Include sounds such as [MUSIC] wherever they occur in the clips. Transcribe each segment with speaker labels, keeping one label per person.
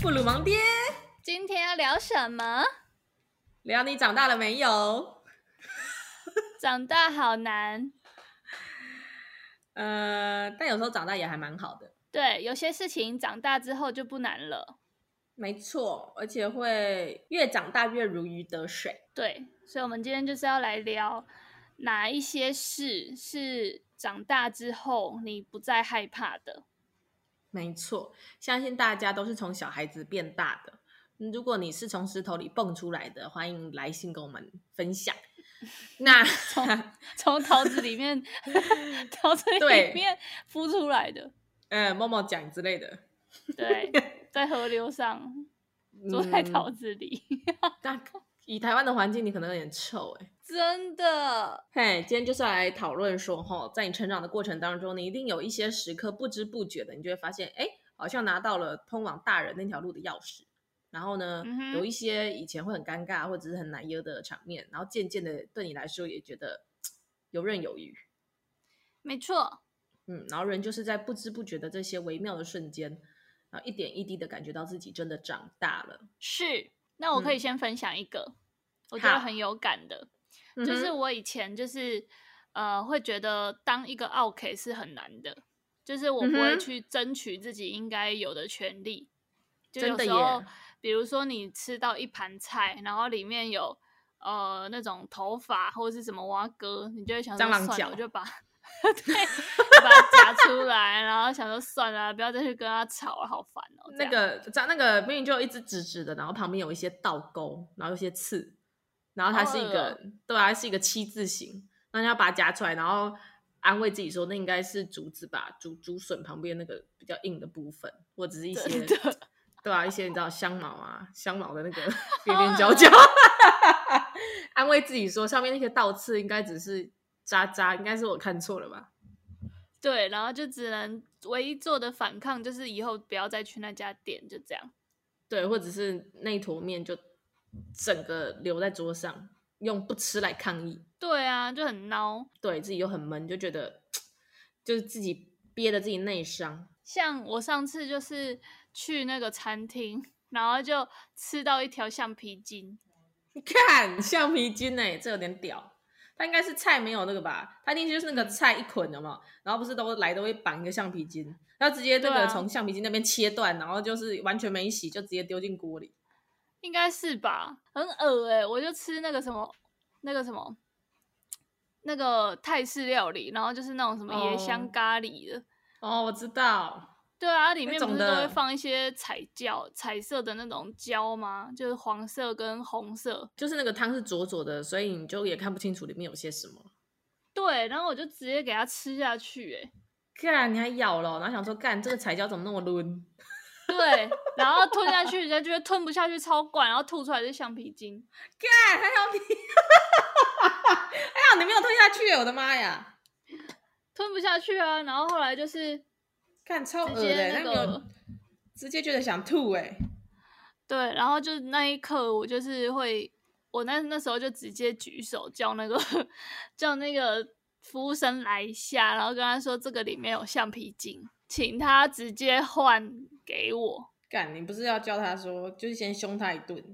Speaker 1: 布鲁蒙爹，
Speaker 2: 今天要聊什么？
Speaker 1: 聊你长大了没有？
Speaker 2: 长大好难。
Speaker 1: 呃，但有时候长大也还蛮好的。
Speaker 2: 对，有些事情长大之后就不难了。
Speaker 1: 没错，而且会越长大越如鱼得水。
Speaker 2: 对，所以我们今天就是要来聊哪一些事是长大之后你不再害怕的。 [LAUGHS]
Speaker 1: 没错，相信大家都是从小孩子变大的。嗯如果你是从石头里蹦出来的，欢迎来信跟我们分
Speaker 2: [LAUGHS]
Speaker 1: 享。那
Speaker 2: 从桃子里 [LAUGHS] 面，桃子
Speaker 1: 对
Speaker 2: 里面孵出来的，
Speaker 1: [LAUGHS] 呃，默默讲之类的，
Speaker 2: 对，在河流 [LAUGHS] 上，坐在
Speaker 1: 嗯
Speaker 2: 桃子里，
Speaker 1: 但以台湾的环境，你可能有点臭哎、
Speaker 2: 真的，
Speaker 1: 嘿，今天就是来讨论说，哈，在你成长的过程当中，你一定有一些时刻不知不觉的，你就会发现，哎，好像拿到了通往大人那条路的钥匙。然后呢，
Speaker 2: 嗯哼
Speaker 1: 有一些以前会很尴尬或者是很难约的场面，然后渐渐的对你来说也觉得嘖游刃有余。
Speaker 2: 没错，
Speaker 1: 嗯，然后人就是在不知不觉的这些微妙的瞬间，然后一点一滴的感觉到自己真的长大了。
Speaker 2: 是。那我可以
Speaker 1: 嗯
Speaker 2: 先分享一个，我觉得
Speaker 1: 好
Speaker 2: 很有感的，
Speaker 1: 嗯
Speaker 2: 就是
Speaker 1: 哼
Speaker 2: 我以前就是呃，会觉得当一个 OK 是很难的，就是我不
Speaker 1: 嗯
Speaker 2: 会
Speaker 1: 哼
Speaker 2: 去争取自己应该有的权利。就
Speaker 1: 真
Speaker 2: 有
Speaker 1: 的
Speaker 2: 时候
Speaker 1: 耶，
Speaker 2: 比如说你吃到一盘菜，然后里面有呃那种头发或者是什么蛙哥，你就会想说
Speaker 1: 蟑螂
Speaker 2: 算了，
Speaker 1: 脚
Speaker 2: 我就把 [LAUGHS] 对，我把它夹出来，然后想说算了，啊不要再去跟他吵了，好烦哦。这
Speaker 1: 那
Speaker 2: 样
Speaker 1: 个长那个明明就一只直直的，然后旁边有一些倒钩，然后有一些刺，然后它是一
Speaker 2: 好恶
Speaker 1: 个、对啊，它是一个七字形，那你要把它夹出来，然后安慰自己说那应该是竹子吧，竹竹笋旁边那个比较硬的部分，或者是一些
Speaker 2: 真的
Speaker 1: 对啊，一些你知道香茅啊，香茅的那
Speaker 2: [LAUGHS]
Speaker 1: 个边边角角，安慰自己说上面那些倒刺应该只是渣渣，应该是我看错了吧？
Speaker 2: 对，然后就只能唯一做的反抗就是以后不要再去那家店，就这样。
Speaker 1: 对，或者是那一坨面就整个留在桌上，用不吃来抗议，
Speaker 2: 对啊，就很孬。
Speaker 1: 对自己又很闷，就觉得就是自己憋着自己内伤。
Speaker 2: 像我上次就是去那个餐厅， [LAUGHS] 然后就吃到一条橡皮筋，
Speaker 1: 你看橡皮筋呢、这有点屌。它应该是菜没有那个吧？它进去就是那个菜一捆的嘛，然后不是都来都会绑一个橡皮筋，它直接那
Speaker 2: 对
Speaker 1: 个
Speaker 2: 啊
Speaker 1: 从橡皮筋那边切断，然后就是完全没洗，就直接丢进锅里。
Speaker 2: 应该是吧？很恶哎、我就吃那个什么，那个什么，那个泰式料理，然后就是那种什么椰
Speaker 1: 哦
Speaker 2: 香咖喱的。
Speaker 1: 哦，我知道，
Speaker 2: 对啊，里
Speaker 1: 那
Speaker 2: 面
Speaker 1: 种
Speaker 2: 不是都会
Speaker 1: 的
Speaker 2: 放一些彩椒、彩色的那种椒吗？就是黄色跟红色。
Speaker 1: 就是那个汤是浊浊的，所以你就也看不清楚里面有些什么。
Speaker 2: 对，然后我就直接给它吃下去、欸，
Speaker 1: 干，你还咬了哦、然后想说，干这个彩椒怎么那么抡？
Speaker 2: 对，然后吞下去，人家觉得吞不下去，超怪，然后吐出来是橡皮筋。
Speaker 1: 干，还好你， [LAUGHS] 还好你没有吞下去，我的妈呀！
Speaker 2: 吞不下去啊，然后后来就是
Speaker 1: 干，超恶
Speaker 2: 直
Speaker 1: 的、
Speaker 2: 接
Speaker 1: 那
Speaker 2: 那
Speaker 1: 个
Speaker 2: 个
Speaker 1: 直接觉得想吐哎、
Speaker 2: 对，然后就那一刻我就是会，我那那时候就直接举手叫那个叫那个服务生来一下，然后跟他说这个里面有橡皮筋，请他直接换给我。
Speaker 1: 干，你不是要教他说，就是先凶他一顿？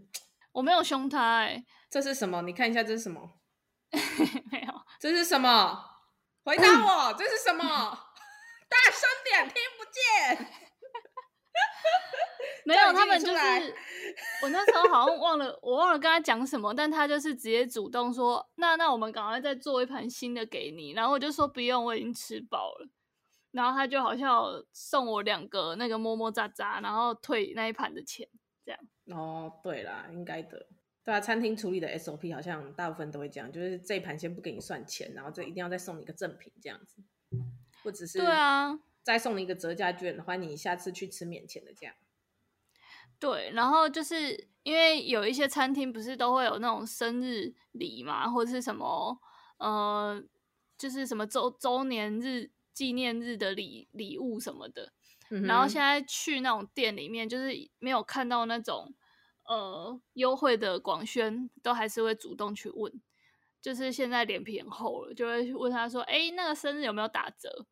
Speaker 2: 我没有凶他、欸， [LAUGHS]
Speaker 1: 这是什么？你看一下这是什么？
Speaker 2: 没有，
Speaker 1: 这是什么？回答我，这是什么？ [LAUGHS] 大声点，听不见。
Speaker 2: 没
Speaker 1: 叫
Speaker 2: 有，
Speaker 1: 你
Speaker 2: 他
Speaker 1: 经理
Speaker 2: 们
Speaker 1: 出
Speaker 2: 就是
Speaker 1: 来
Speaker 2: 我那时候好像忘了，我忘了跟他讲什么，但他就是直接主动说，那那我们赶快再做一盘新的给你，然后我就说不用，我已经吃饱了，然后他就好像有送我两个那个么么喳喳，然后退那一盘的钱，
Speaker 1: 哦，对啦，应该的。对啊，餐厅处理的 SOP 好像大部分都会这样，就是这一盘先不给你算钱，然后这一定要再送你一个赠品这样子，或者是
Speaker 2: 对啊，
Speaker 1: 再送你一个折价券，欢迎你下次去吃免钱的这样。
Speaker 2: 对，然后就是因为有一些餐厅不是都会有那种生日礼嘛，或者是什么呃，就是什么周周年日纪念日的礼礼物什么的，
Speaker 1: 嗯
Speaker 2: 然后
Speaker 1: 哼
Speaker 2: 现在去那种店里面，就是没有看到那种呃优惠的广宣，都还是会主动去问。就是现在脸皮很厚了，就会去问他说：“哎、那个生日有没有打折？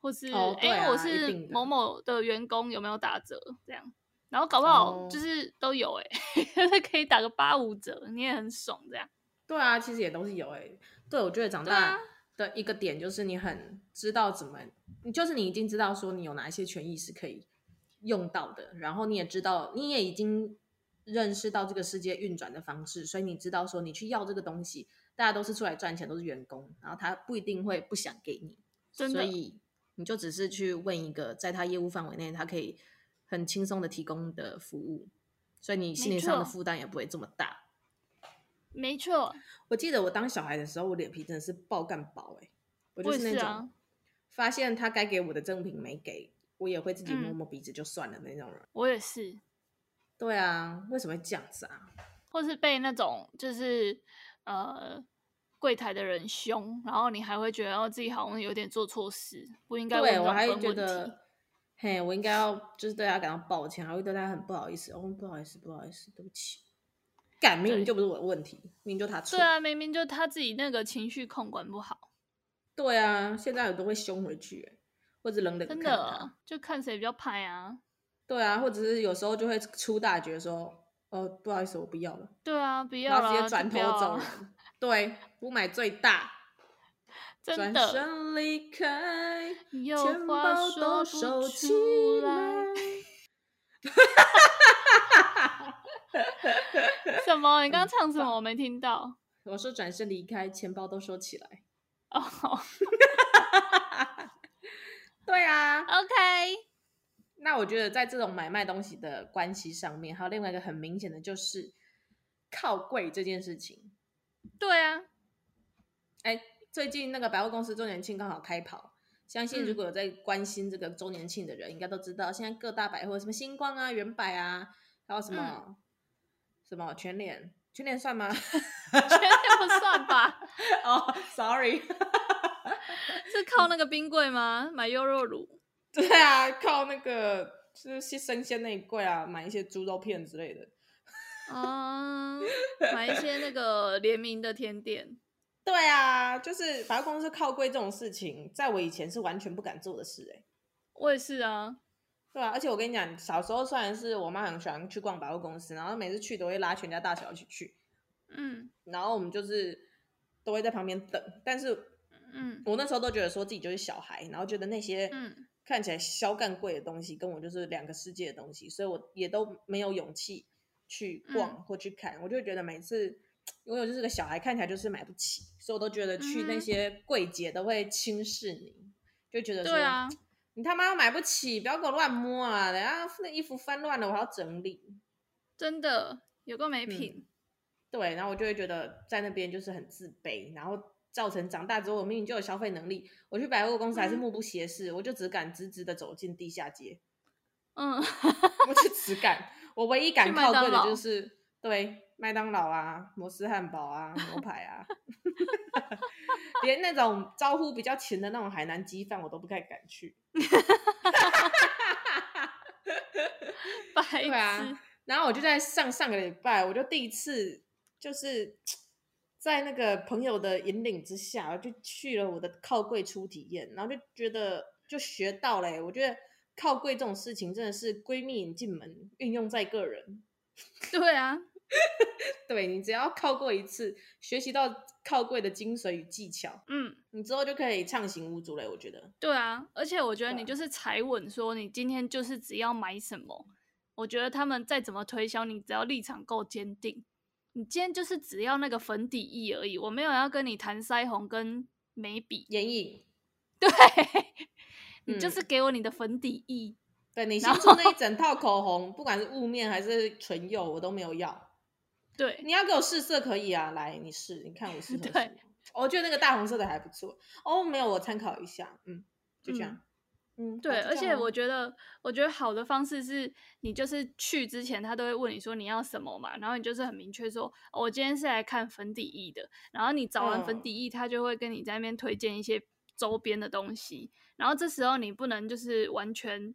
Speaker 2: 或是哎、
Speaker 1: 哦对
Speaker 2: 诶我
Speaker 1: 啊一
Speaker 2: 是
Speaker 1: 定的
Speaker 2: 某某的员工有没有打折？”这样然后搞不好
Speaker 1: 哦
Speaker 2: 就是都有哎、 [LAUGHS] 就是可以打个八五折，你也很爽这样。
Speaker 1: 对啊，其实也都是有哎、对，我觉得长
Speaker 2: 对啊
Speaker 1: 大的一个点就是你很知道怎么，你就是你已经知道说你有哪一些权益是可以用到的，然后你也知道，你也已经认识到这个世界运转的方式，所以你知道说你去要这个东西，大家都是出来赚钱，都是员工，然后他不一定会不想给你，
Speaker 2: 真
Speaker 1: 所
Speaker 2: 的
Speaker 1: 以你就只是去问一个在他业务范围内他可以很轻松的提供的服务，所以你心
Speaker 2: 没
Speaker 1: 理上的
Speaker 2: 错
Speaker 1: 负担也不会这么大。
Speaker 2: 没错，
Speaker 1: 我记得我当小孩的时候，我脸皮真的是爆干薄哎、我就
Speaker 2: 我也
Speaker 1: 那
Speaker 2: 是
Speaker 1: 种、
Speaker 2: 啊
Speaker 1: 发现他该给我的赠品没给，我也会自己摸
Speaker 2: 嗯
Speaker 1: 摸鼻子就算了那种人。
Speaker 2: 我也是，
Speaker 1: 对啊，为什么会这样子啊？
Speaker 2: 或是被那种就是呃柜台的人凶，然后你还会觉得哦自己好像有点做错事，不应该问这
Speaker 1: 对我
Speaker 2: 种
Speaker 1: 还
Speaker 2: 笨
Speaker 1: 觉
Speaker 2: 问题。
Speaker 1: 得，嘿，我应该要就是对他感到抱歉，还会对他很不好意思，哦，不好意思，不好意思，对不起。干，明明
Speaker 2: 对
Speaker 1: 就不是我的问题，明明就他错。
Speaker 2: 对啊，明明就他自己那个情绪控管不好，
Speaker 1: 对啊，现在我都会凶回去、欸，或者冷冷地
Speaker 2: 真
Speaker 1: 看
Speaker 2: 的
Speaker 1: 他。
Speaker 2: 哦就看谁比较派啊。
Speaker 1: 对啊，或者是有时候就会出大绝说，哦，不好意思，我不要了。
Speaker 2: 对啊，不要
Speaker 1: 然后直
Speaker 2: 啦就
Speaker 1: 接转
Speaker 2: 不
Speaker 1: 头
Speaker 2: 要
Speaker 1: 走
Speaker 2: 啊
Speaker 1: 人。 [LAUGHS] 对，不买最大，
Speaker 2: [LAUGHS] 真
Speaker 1: 转
Speaker 2: 的，
Speaker 1: 身离开，
Speaker 2: 有
Speaker 1: 钱
Speaker 2: 话
Speaker 1: 包
Speaker 2: 说
Speaker 1: 都
Speaker 2: 不
Speaker 1: 收起
Speaker 2: 出来。
Speaker 1: 来。 [LAUGHS]
Speaker 2: 什
Speaker 1: [LAUGHS]
Speaker 2: 么？你刚刚唱什么？我没听到。
Speaker 1: 我说转身离开，钱包都收起来。
Speaker 2: 哦、o
Speaker 1: [LAUGHS] 对啊，
Speaker 2: k
Speaker 1: 那我觉得在这种买卖东西的关系上面，还有另外一个很明显的就是靠柜这件事情。
Speaker 2: 对啊， [LAUGHS]
Speaker 1: 哎，最近那个百货公司周年庆刚好开跑，相信如
Speaker 2: 嗯
Speaker 1: 果有在关心这个周年庆的人，应该都知道，现在各大百货什么星光啊、原百啊，还有什么、什么全联，全联算吗？
Speaker 2: 绝对不算吧？
Speaker 1: [LAUGHS] 哦，sorry、s [LAUGHS] o r r y
Speaker 2: 是靠那个冰柜吗？买优酪乳？
Speaker 1: 对啊，靠那个就是去生鲜那一柜啊，买一些猪肉片之类的。
Speaker 2: 嗯，买一些那个联名的甜点。
Speaker 1: 对啊，就是百货公司靠柜这种事情，在我以前是完全不敢做的事、欸，
Speaker 2: 我也是啊，
Speaker 1: 对啊，而且我跟你讲，小时候虽然是我妈很喜欢去逛百货公司，然后每次去都会拉全家大小一起去，
Speaker 2: 嗯
Speaker 1: 然后我们就是都会在旁边等。但是
Speaker 2: 嗯
Speaker 1: 我那时候都觉得说自己就是小孩，然后觉得那些
Speaker 2: 嗯，
Speaker 1: 看起来销干贵的东西跟我就是两个世界的东西，所以我也都没有勇气去
Speaker 2: 嗯
Speaker 1: 逛或去看。我就觉得每次因为我就是个小孩，看起来就是买不起，所以我都觉得去
Speaker 2: 嗯
Speaker 1: 那
Speaker 2: 哼
Speaker 1: 些柜姐都会轻视你，就觉得说
Speaker 2: 对啊，
Speaker 1: 你他妈又买不起，不要给我乱摸啊！等下那衣服翻乱了，我还要整理。
Speaker 2: 真的有个
Speaker 1: 嗯
Speaker 2: 没品。
Speaker 1: 对，然后我就会觉得在那边就是很自卑，然后造成长大之后我明明就有消费能力，我去百货公司还是
Speaker 2: 嗯
Speaker 1: 目不斜视，我就只敢直直的走进地下街， [LAUGHS]
Speaker 2: 嗯， [LAUGHS]
Speaker 1: 我就只敢，我唯一敢
Speaker 2: 去麦
Speaker 1: 靠
Speaker 2: 当
Speaker 1: 柜的就
Speaker 2: 劳
Speaker 1: 是对麦当劳啊、摩斯汉堡啊、牛排啊， [LAUGHS] 连那种招呼比较勤的那种海南鸡饭我都不太敢去。
Speaker 2: 白
Speaker 1: 对啊
Speaker 2: 痴。
Speaker 1: 然后我就在上上个礼拜，我就第一次就是在那个朋友的引领之下，我就去了我的靠柜初体验，然后就觉得就学到嘞、我觉得靠柜这种事情真的是闺蜜引进门，运用在个人。
Speaker 2: 对啊，
Speaker 1: 对你只要靠过一次，学习到靠柜的精髓与技巧，
Speaker 2: 嗯。
Speaker 1: 你之后就可以畅行无阻嘞。我觉得
Speaker 2: 对啊，而且我觉得
Speaker 1: 对
Speaker 2: 你
Speaker 1: 啊
Speaker 2: 就是踩稳，说你今天就是只要买什么，我觉得他们再怎么推销，你只要立场够坚定，你今天就是只要那个粉底液而已，我没有要跟你谈腮红跟眉笔，
Speaker 1: 眼影，
Speaker 2: 对，你就是
Speaker 1: 嗯
Speaker 2: 给我你的粉底液，
Speaker 1: 对你新
Speaker 2: 然
Speaker 1: 出那一整套口红，不管是雾面还是唇釉，我都没有要。
Speaker 2: 对，
Speaker 1: 你要给我试色可以啊，来你试，你看我
Speaker 2: [LAUGHS]
Speaker 1: 适合什
Speaker 2: 对
Speaker 1: 么？哦我觉得那个大红色的还不错。哦，没有，我参考一下，嗯，就这样，嗯，好
Speaker 2: 对，
Speaker 1: 就
Speaker 2: 而
Speaker 1: 这
Speaker 2: 且
Speaker 1: 样咯
Speaker 2: 我觉得，我觉得好的方式是你就是去之前，他都会问你说你要什么嘛，然后你就是很明确说，哦、我今天是来看粉底液的，然后你找完粉
Speaker 1: 嗯
Speaker 2: 底液，他就会跟你在那边推荐一些周边的东西，然后这时候你不能就是完全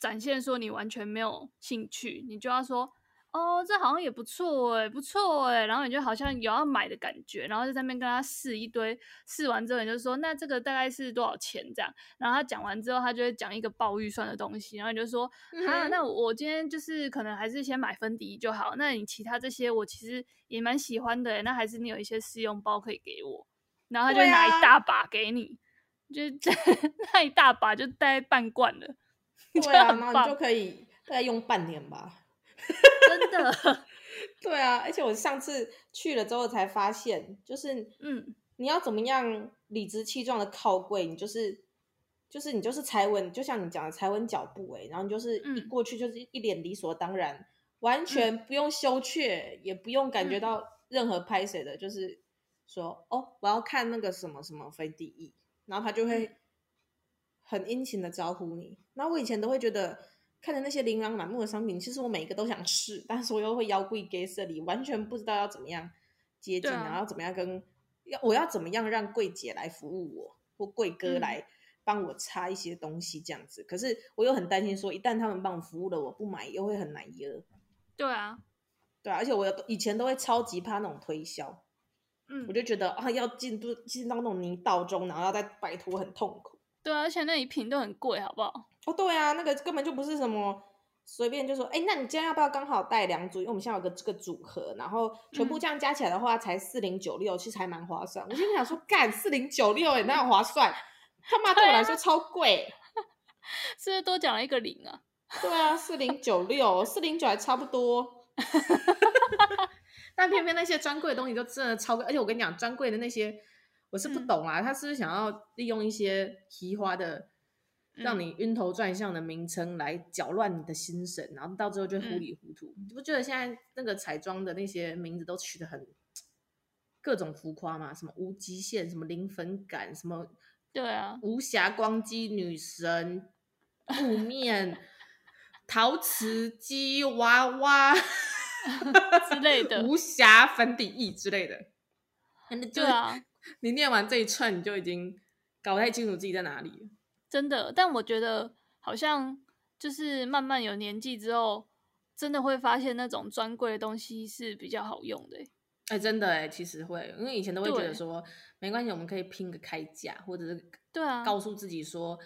Speaker 2: 展现说你完全没有兴趣，你就要说。哦，这好像也不错哎，不错哎，然后你就好像有要买的感觉，然后就在那边跟他试一堆，试完之后你就说那这个大概是多少钱这样，然后他讲完之后他就会讲一个报预算的东西，然后你就说
Speaker 1: 嗯
Speaker 2: 啊，
Speaker 1: 哼
Speaker 2: 那 [LAUGHS] 我今天就是可能还是先买芬迪就好，那你其他这些我其实也蛮喜欢的欸，那还是你有一些试用包可以给我，然后他就
Speaker 1: 对
Speaker 2: 拿一
Speaker 1: 啊
Speaker 2: 大把给你，就 [LAUGHS] 那一大把就大概半罐
Speaker 1: [LAUGHS]
Speaker 2: 了，
Speaker 1: 对啊，
Speaker 2: 很
Speaker 1: 然后
Speaker 2: 棒
Speaker 1: 你就可以大概用半年吧。
Speaker 2: 真的，
Speaker 1: 对啊，而且我上次去了之后才发现，就是
Speaker 2: [LAUGHS] 嗯，
Speaker 1: 你要怎么样理直气壮的靠柜，你就是就是你就是踩稳，就像你讲的踩稳脚步哎、然后你就是一
Speaker 2: 嗯
Speaker 1: 过去就是一脸理所当然，完全不用羞怯，也不用感觉
Speaker 2: 嗯
Speaker 1: 到任何拍谁的，就是说哦，我要看那个什么什么非第一，然后他就
Speaker 2: 嗯
Speaker 1: 会很殷勤的招呼你。那我以前都会觉得。看着那些琳琅满目的商品，其实我每一个都想试，但是我又会摇柜给这里，完全不知道要怎么样接近，
Speaker 2: 对啊
Speaker 1: 然后怎么样跟要我要怎么样让柜姐来服务我，或柜哥
Speaker 2: 嗯
Speaker 1: 来帮我擦一些东西这样子。可是我又很担心说，一旦他们帮我服务了，我不买又会很难约，
Speaker 2: 对啊，
Speaker 1: 对啊。而且我有以前都会超级怕那种推销，
Speaker 2: 嗯
Speaker 1: 我，就觉得啊，要进入进到那种泥道中，然后要再摆脱很痛苦。
Speaker 2: 对啊，而且那一瓶都很贵，好不好？ [LAUGHS]
Speaker 1: 哦，对啊，那个根本就不是什么随便就说，哎，那你今天要不要刚好带两组？因为我们现在有个这个组合，然后全部
Speaker 2: 嗯
Speaker 1: 这样加起来的话，才四零九六，其实还蛮划算。我心里想说，干四零九六，哎，哪有划算？他妈对我来说超贵。
Speaker 2: 是不是多讲了一个零啊？
Speaker 1: 对啊，四零九六，四零九还差不多。 [LAUGHS] 但偏偏那些专柜的东西就真的超贵，而且我跟你讲，专柜的那些我是不
Speaker 2: 嗯
Speaker 1: 懂啊，他是不是想要利用一些奇花的让
Speaker 2: 嗯
Speaker 1: 你晕头转向的名称来搅乱你的心神，然后到最后就糊
Speaker 2: 嗯
Speaker 1: 里糊涂？你不觉得现在那个彩妆的那些名字都取得很各种浮夸吗？什么无极限，什么零粉感，什么
Speaker 2: 对
Speaker 1: [LAUGHS]
Speaker 2: 啊，
Speaker 1: 无瑕光肌女神、雾面、陶瓷肌娃娃
Speaker 2: 之类的
Speaker 1: [LAUGHS] 无瑕粉底液之类的。那就
Speaker 2: 对啊，
Speaker 1: [LAUGHS] 你念完这一串，你就已经搞不太清楚自己在哪里了。
Speaker 2: 真的。但我觉得好像就是慢慢有年纪之后，真的会发现那种专柜的东西是比较好用的欸、
Speaker 1: 哎、真的哎、其实会，因为以前都会觉得
Speaker 2: 对
Speaker 1: 说没关系，我们可以拼个开价，或者是
Speaker 2: 对啊，
Speaker 1: 告诉自己说，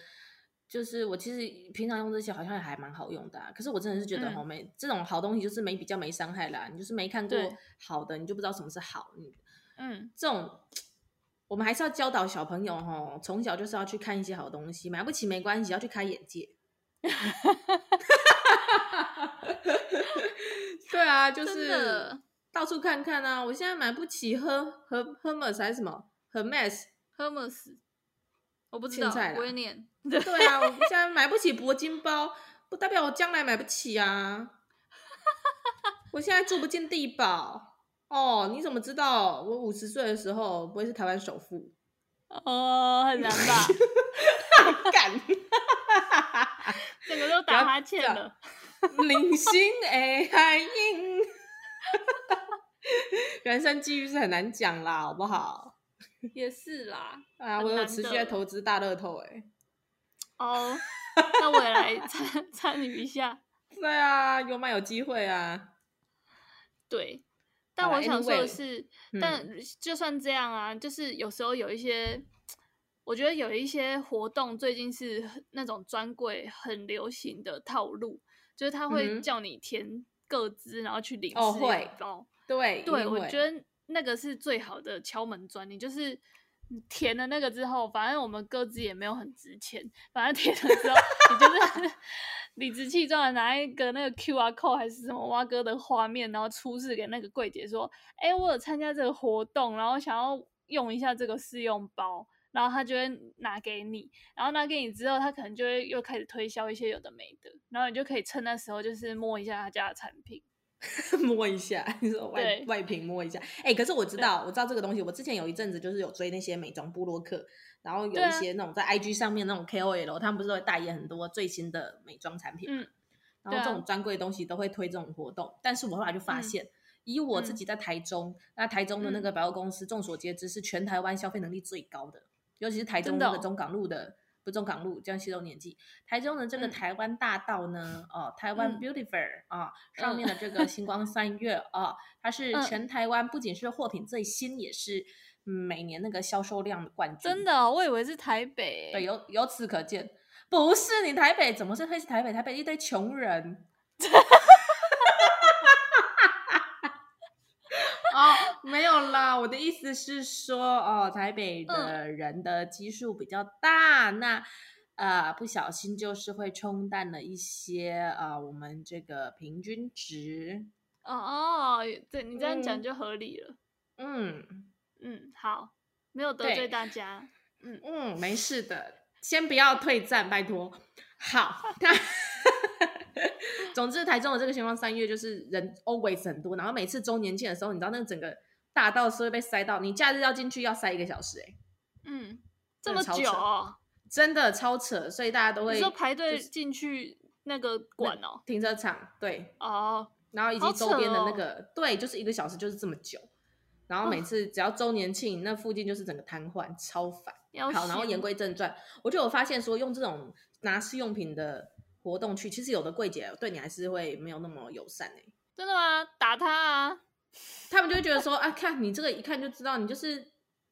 Speaker 1: 就是我其实平常用这些好像也还蛮好用的、啊，可是我真的是觉得哈、
Speaker 2: 嗯
Speaker 1: 没这种好东西就是没比较没伤害啦，你就是没看过
Speaker 2: 对
Speaker 1: 好的，你就不知道什么是好，你
Speaker 2: 嗯，
Speaker 1: 这种。我们还是要教导小朋友哈，从小就是要去看一些好东西，买不起没关系，要去开眼
Speaker 2: [LAUGHS]
Speaker 1: 界。对啊，就
Speaker 2: 真
Speaker 1: 是
Speaker 2: 的。
Speaker 1: 到处看看啊！我现在买不起喝喝 Hermes 还是什么
Speaker 2: [LAUGHS]
Speaker 1: Hermes，
Speaker 2: Hermes，我不知
Speaker 1: 青
Speaker 2: 道，
Speaker 1: 菜啦
Speaker 2: 不会念。
Speaker 1: 对啊，我现在买不起铂金包，不代表我将来买不起啊。我现在住不进地堡哦，你怎么知道我五十岁的时候不会是台湾首富？
Speaker 2: 哦，很难
Speaker 1: [LAUGHS]
Speaker 2: 吧？ [LAUGHS]
Speaker 1: 干
Speaker 2: 整个都
Speaker 1: 要
Speaker 2: 打哈欠
Speaker 1: 这样
Speaker 2: 了。
Speaker 1: 零星哎海英，人生际遇是很难讲啦，好不好？
Speaker 2: 也是啦。
Speaker 1: 啊，
Speaker 2: 很
Speaker 1: 我有
Speaker 2: 难
Speaker 1: 持续
Speaker 2: 的
Speaker 1: 在投资大乐透哎、
Speaker 2: 哦，那我也来参 [LAUGHS] 参与一下。
Speaker 1: 对啊，有买有机会啊。
Speaker 2: 对，但
Speaker 1: 好啦
Speaker 2: 我想说的
Speaker 1: ，anyway，
Speaker 2: 是，
Speaker 1: 嗯
Speaker 2: 但就算这样啊，就是有时候有一些，我觉得有一些活动最近是很那种专柜很流行的套路，就是他
Speaker 1: 嗯
Speaker 2: 会
Speaker 1: 哼
Speaker 2: 叫你填个资，然后去领
Speaker 1: 哦
Speaker 2: 试
Speaker 1: 会
Speaker 2: 用包。
Speaker 1: 对，
Speaker 2: 对，
Speaker 1: 因
Speaker 2: 我
Speaker 1: 为
Speaker 2: 觉得那个是最好的敲门砖，你就是。填了那个之后，反正我们各自也没有很值钱，反正填了之后，你就是 [LAUGHS] 理直气壮的拿一个那个 Q R code 还是什么蛙哥的画面，然后出示给那个柜姐说：“哎、我有参加这个活动，然后想要用一下这个试用包。”然后他就会拿给你，然后拿给你之后，他可能就会又开始推销一些有的没的，然后你就可以趁那时候就是摸一下他家的产品。
Speaker 1: [LAUGHS] 摸一下，你说外
Speaker 2: 对
Speaker 1: 外屏摸一下。哎、可是我知道，我知道这个东西。我之前有一阵子就是有追那些美妆部落客，然后有
Speaker 2: 对
Speaker 1: 一
Speaker 2: 啊
Speaker 1: 些那种在 IG 上面那种 KOL，他们不是都会代言很多最新的美妆产品嘛？
Speaker 2: 嗯
Speaker 1: 然后
Speaker 2: 对啊
Speaker 1: 这种专柜的东西都会推这种活动，但是我后来就发
Speaker 2: 嗯
Speaker 1: 现。以我自
Speaker 2: 嗯
Speaker 1: 己在台中，那台中的那
Speaker 2: 嗯
Speaker 1: 个百货公司，众所皆知是全台湾消费能力最高的，尤其是台中
Speaker 2: 真的
Speaker 1: 那个
Speaker 2: 哦
Speaker 1: 中港路的不中港路江西周年记，台中的这个
Speaker 2: 嗯
Speaker 1: 台湾大道
Speaker 2: [LAUGHS]
Speaker 1: 呢，哦，台湾
Speaker 2: 嗯
Speaker 1: Beautiful 啊、
Speaker 2: 嗯
Speaker 1: 上面的这个星光三月啊、它是
Speaker 2: 嗯
Speaker 1: 全台湾不仅是货品最新，也是每年那个销售量的冠军。
Speaker 2: 真的哦、我以为是台北欸。
Speaker 1: 对，由由此可见，不是你台北怎么是会是台北？台北一堆穷人。 [LAUGHS] 哦，没有啦，我的意思是说，哦，台北的人的基数比较大，那呃不小心就是会冲淡了一些呃我们这个平均值。
Speaker 2: 哦哦，对你这样讲
Speaker 1: 嗯
Speaker 2: 就合理了。
Speaker 1: 嗯
Speaker 2: 嗯，好，没有得
Speaker 1: 对
Speaker 2: 罪大家。
Speaker 1: 嗯，没事的，先不要退战，拜托。好，那 [LAUGHS] 总之台中的这个星光三月就是人 always 很多，然后每次周年庆的时候，你知道那个整个大道是会被塞到，你假日要进去要塞一个小时、欸，哎，
Speaker 2: 嗯，这
Speaker 1: 真的
Speaker 2: 么
Speaker 1: 超扯
Speaker 2: 久、哦，
Speaker 1: 真的超扯，所以大家都
Speaker 2: 你
Speaker 1: 会
Speaker 2: 说排队
Speaker 1: 就是
Speaker 2: 进去那个馆哦？
Speaker 1: 停车场对，
Speaker 2: 哦，
Speaker 1: 然后以
Speaker 2: 好
Speaker 1: 及周边的那
Speaker 2: 扯哦
Speaker 1: 个、对，就是一个小时就是这么久，然后每
Speaker 2: 哦
Speaker 1: 次只要周年庆，那附近就是整个瘫痪，超烦。
Speaker 2: 要
Speaker 1: 好，然后
Speaker 2: 修
Speaker 1: 言归正传，我就有发现说，用这种拿试用品的活动去，其实有的柜姐对你还是会没有那么友善哎、
Speaker 2: 真的吗？打他啊！
Speaker 1: 他们就会觉得说，啊，看你这个一看就知道，你就是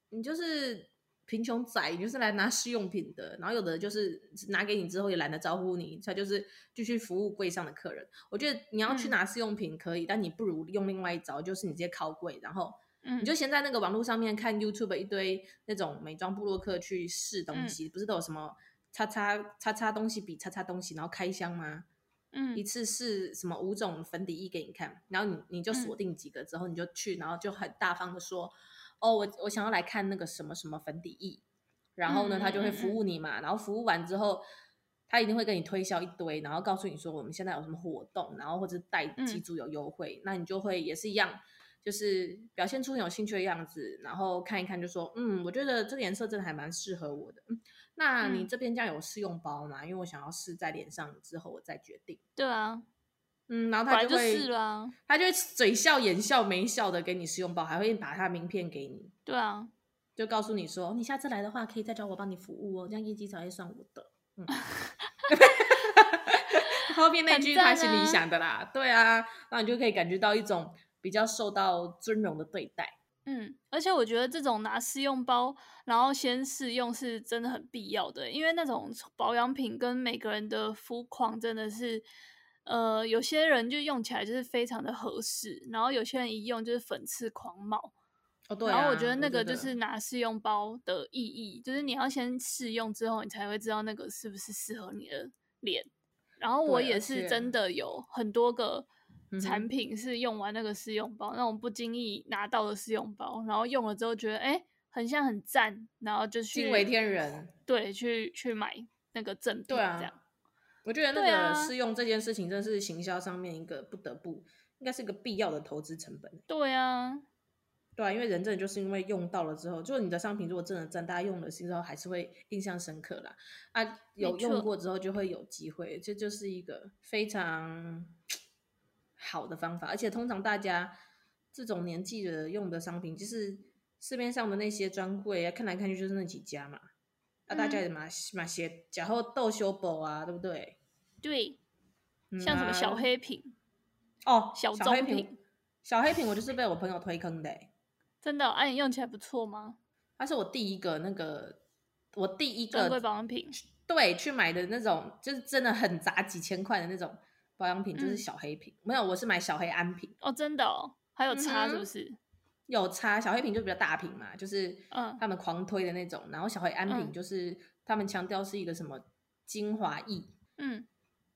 Speaker 1: 你就是贫穷仔，你就是来拿试用品的。然后有的就是拿给你之后也懒得招呼你，他就是继续服务柜上的客人。我觉得你要去
Speaker 2: 嗯
Speaker 1: 拿试用品可以，但你不如用另外一招，就是你直接靠柜，然后
Speaker 2: 嗯，
Speaker 1: 你就先在那个网络上面看 YouTube 一堆那种美妆部落客去试东西，不是都有什么叉叉叉叉东西比叉叉东西，然后开箱吗？
Speaker 2: 嗯
Speaker 1: 一次试什么五种粉底液给你看，然后你你就
Speaker 2: 嗯
Speaker 1: 锁定几个之后你就去，然后就很大方的说，哦，我我想要来看那个什么什么粉底液，然后
Speaker 2: 嗯
Speaker 1: 呢他就会
Speaker 2: 嗯嗯
Speaker 1: 服务你嘛，然后服务完之后。他一定会跟你推销一堆，然后告诉你说我们现在有什么活动，然后或者是带
Speaker 2: 嗯
Speaker 1: 几组有优惠，那你就会也是一样，就是表现出你有兴趣的样子，然后看一看就说，嗯，我觉得这个颜色真的还蛮适合我的。嗯，那你
Speaker 2: 嗯
Speaker 1: 这边这样有试用包吗？因为我想要试在脸上之后我再决定。
Speaker 2: 对啊，
Speaker 1: 嗯，然后
Speaker 2: 本
Speaker 1: 他
Speaker 2: 来
Speaker 1: 就
Speaker 2: 就
Speaker 1: 会，
Speaker 2: 是啊啦，
Speaker 1: 他就会嘴笑、眼笑、没笑的给你试用包，还会把他名片给你，
Speaker 2: 对啊，
Speaker 1: 就告诉你说，你下次来的话可以再找我帮你服务哦，这样业绩才会算我的。嗯， [LAUGHS] 后面那
Speaker 2: 很
Speaker 1: 句他
Speaker 2: 赞
Speaker 1: 心里
Speaker 2: 啊
Speaker 1: 想的啦，对啊，那你就可以感觉到一种比较受到尊荣的对待。
Speaker 2: 嗯，而且我觉得这种拿试用包，然后先试用是真的很必要的，因为那种保养品跟每个人的肤况真的是，呃，有些人就用起来就是非常的合适，然后有些人一用就是粉刺狂冒。
Speaker 1: 哦，对、啊，
Speaker 2: 然后我觉得那个就是拿试用包的意义，就是你要先试用之后，你才会知道那个是不是适合你的脸。然后我
Speaker 1: 对而
Speaker 2: 也是
Speaker 1: 且
Speaker 2: 真的有很多个
Speaker 1: 嗯哼
Speaker 2: 产品是用完那个试用包，那种不经意拿到的试用包，然后用了之后觉得哎很像很赞，然后就去
Speaker 1: 惊为天人。
Speaker 2: 对，去去买那个正品
Speaker 1: 对啊
Speaker 2: 这样。
Speaker 1: 我觉得那
Speaker 2: 对
Speaker 1: 个
Speaker 2: 啊
Speaker 1: 试用这件事情，真是行销上面一个不得不，应该是一个必要的投资成本。
Speaker 2: 对啊，
Speaker 1: 对啊，因为人真的就是因为用到了之后，就是你的商品如果真的赞，大家用了之后还是会印象深刻啦。啊，有
Speaker 2: 没错
Speaker 1: 用过之后就会有机会，这就是一个非常好的方法。而且通常大家这种年纪的用的商品，就是市面上的那些专柜啊，看来看去就是那几家嘛。啊，大家
Speaker 2: 嗯
Speaker 1: 也买买些，假后豆修补啊，对不对？
Speaker 2: 对，
Speaker 1: 嗯
Speaker 2: 像什么小
Speaker 1: 啊
Speaker 2: 黑瓶，
Speaker 1: 哦，
Speaker 2: 小
Speaker 1: 黑
Speaker 2: 棕
Speaker 1: 瓶
Speaker 2: 瓶，
Speaker 1: 小黑瓶，我就是被我朋友推坑的、欸。
Speaker 2: 真的、哦，哎、你用起来不错吗？
Speaker 1: 它是我第一个那个，我第一
Speaker 2: 专
Speaker 1: 个
Speaker 2: 柜保养品，
Speaker 1: 对去买的那种，就是真的很砸几千块的那种保养品，就是
Speaker 2: 嗯
Speaker 1: 小黑瓶。没有，我是买小黑安瓶，
Speaker 2: 哦，真的哦，还有差
Speaker 1: 嗯
Speaker 2: 是
Speaker 1: 哼
Speaker 2: 不是？
Speaker 1: 有差。小黑瓶就比较大瓶嘛，就是
Speaker 2: 嗯
Speaker 1: 他们狂推的那种。然后小黑安瓶
Speaker 2: 嗯
Speaker 1: 就是、他们强调是一个什么精华液，
Speaker 2: 嗯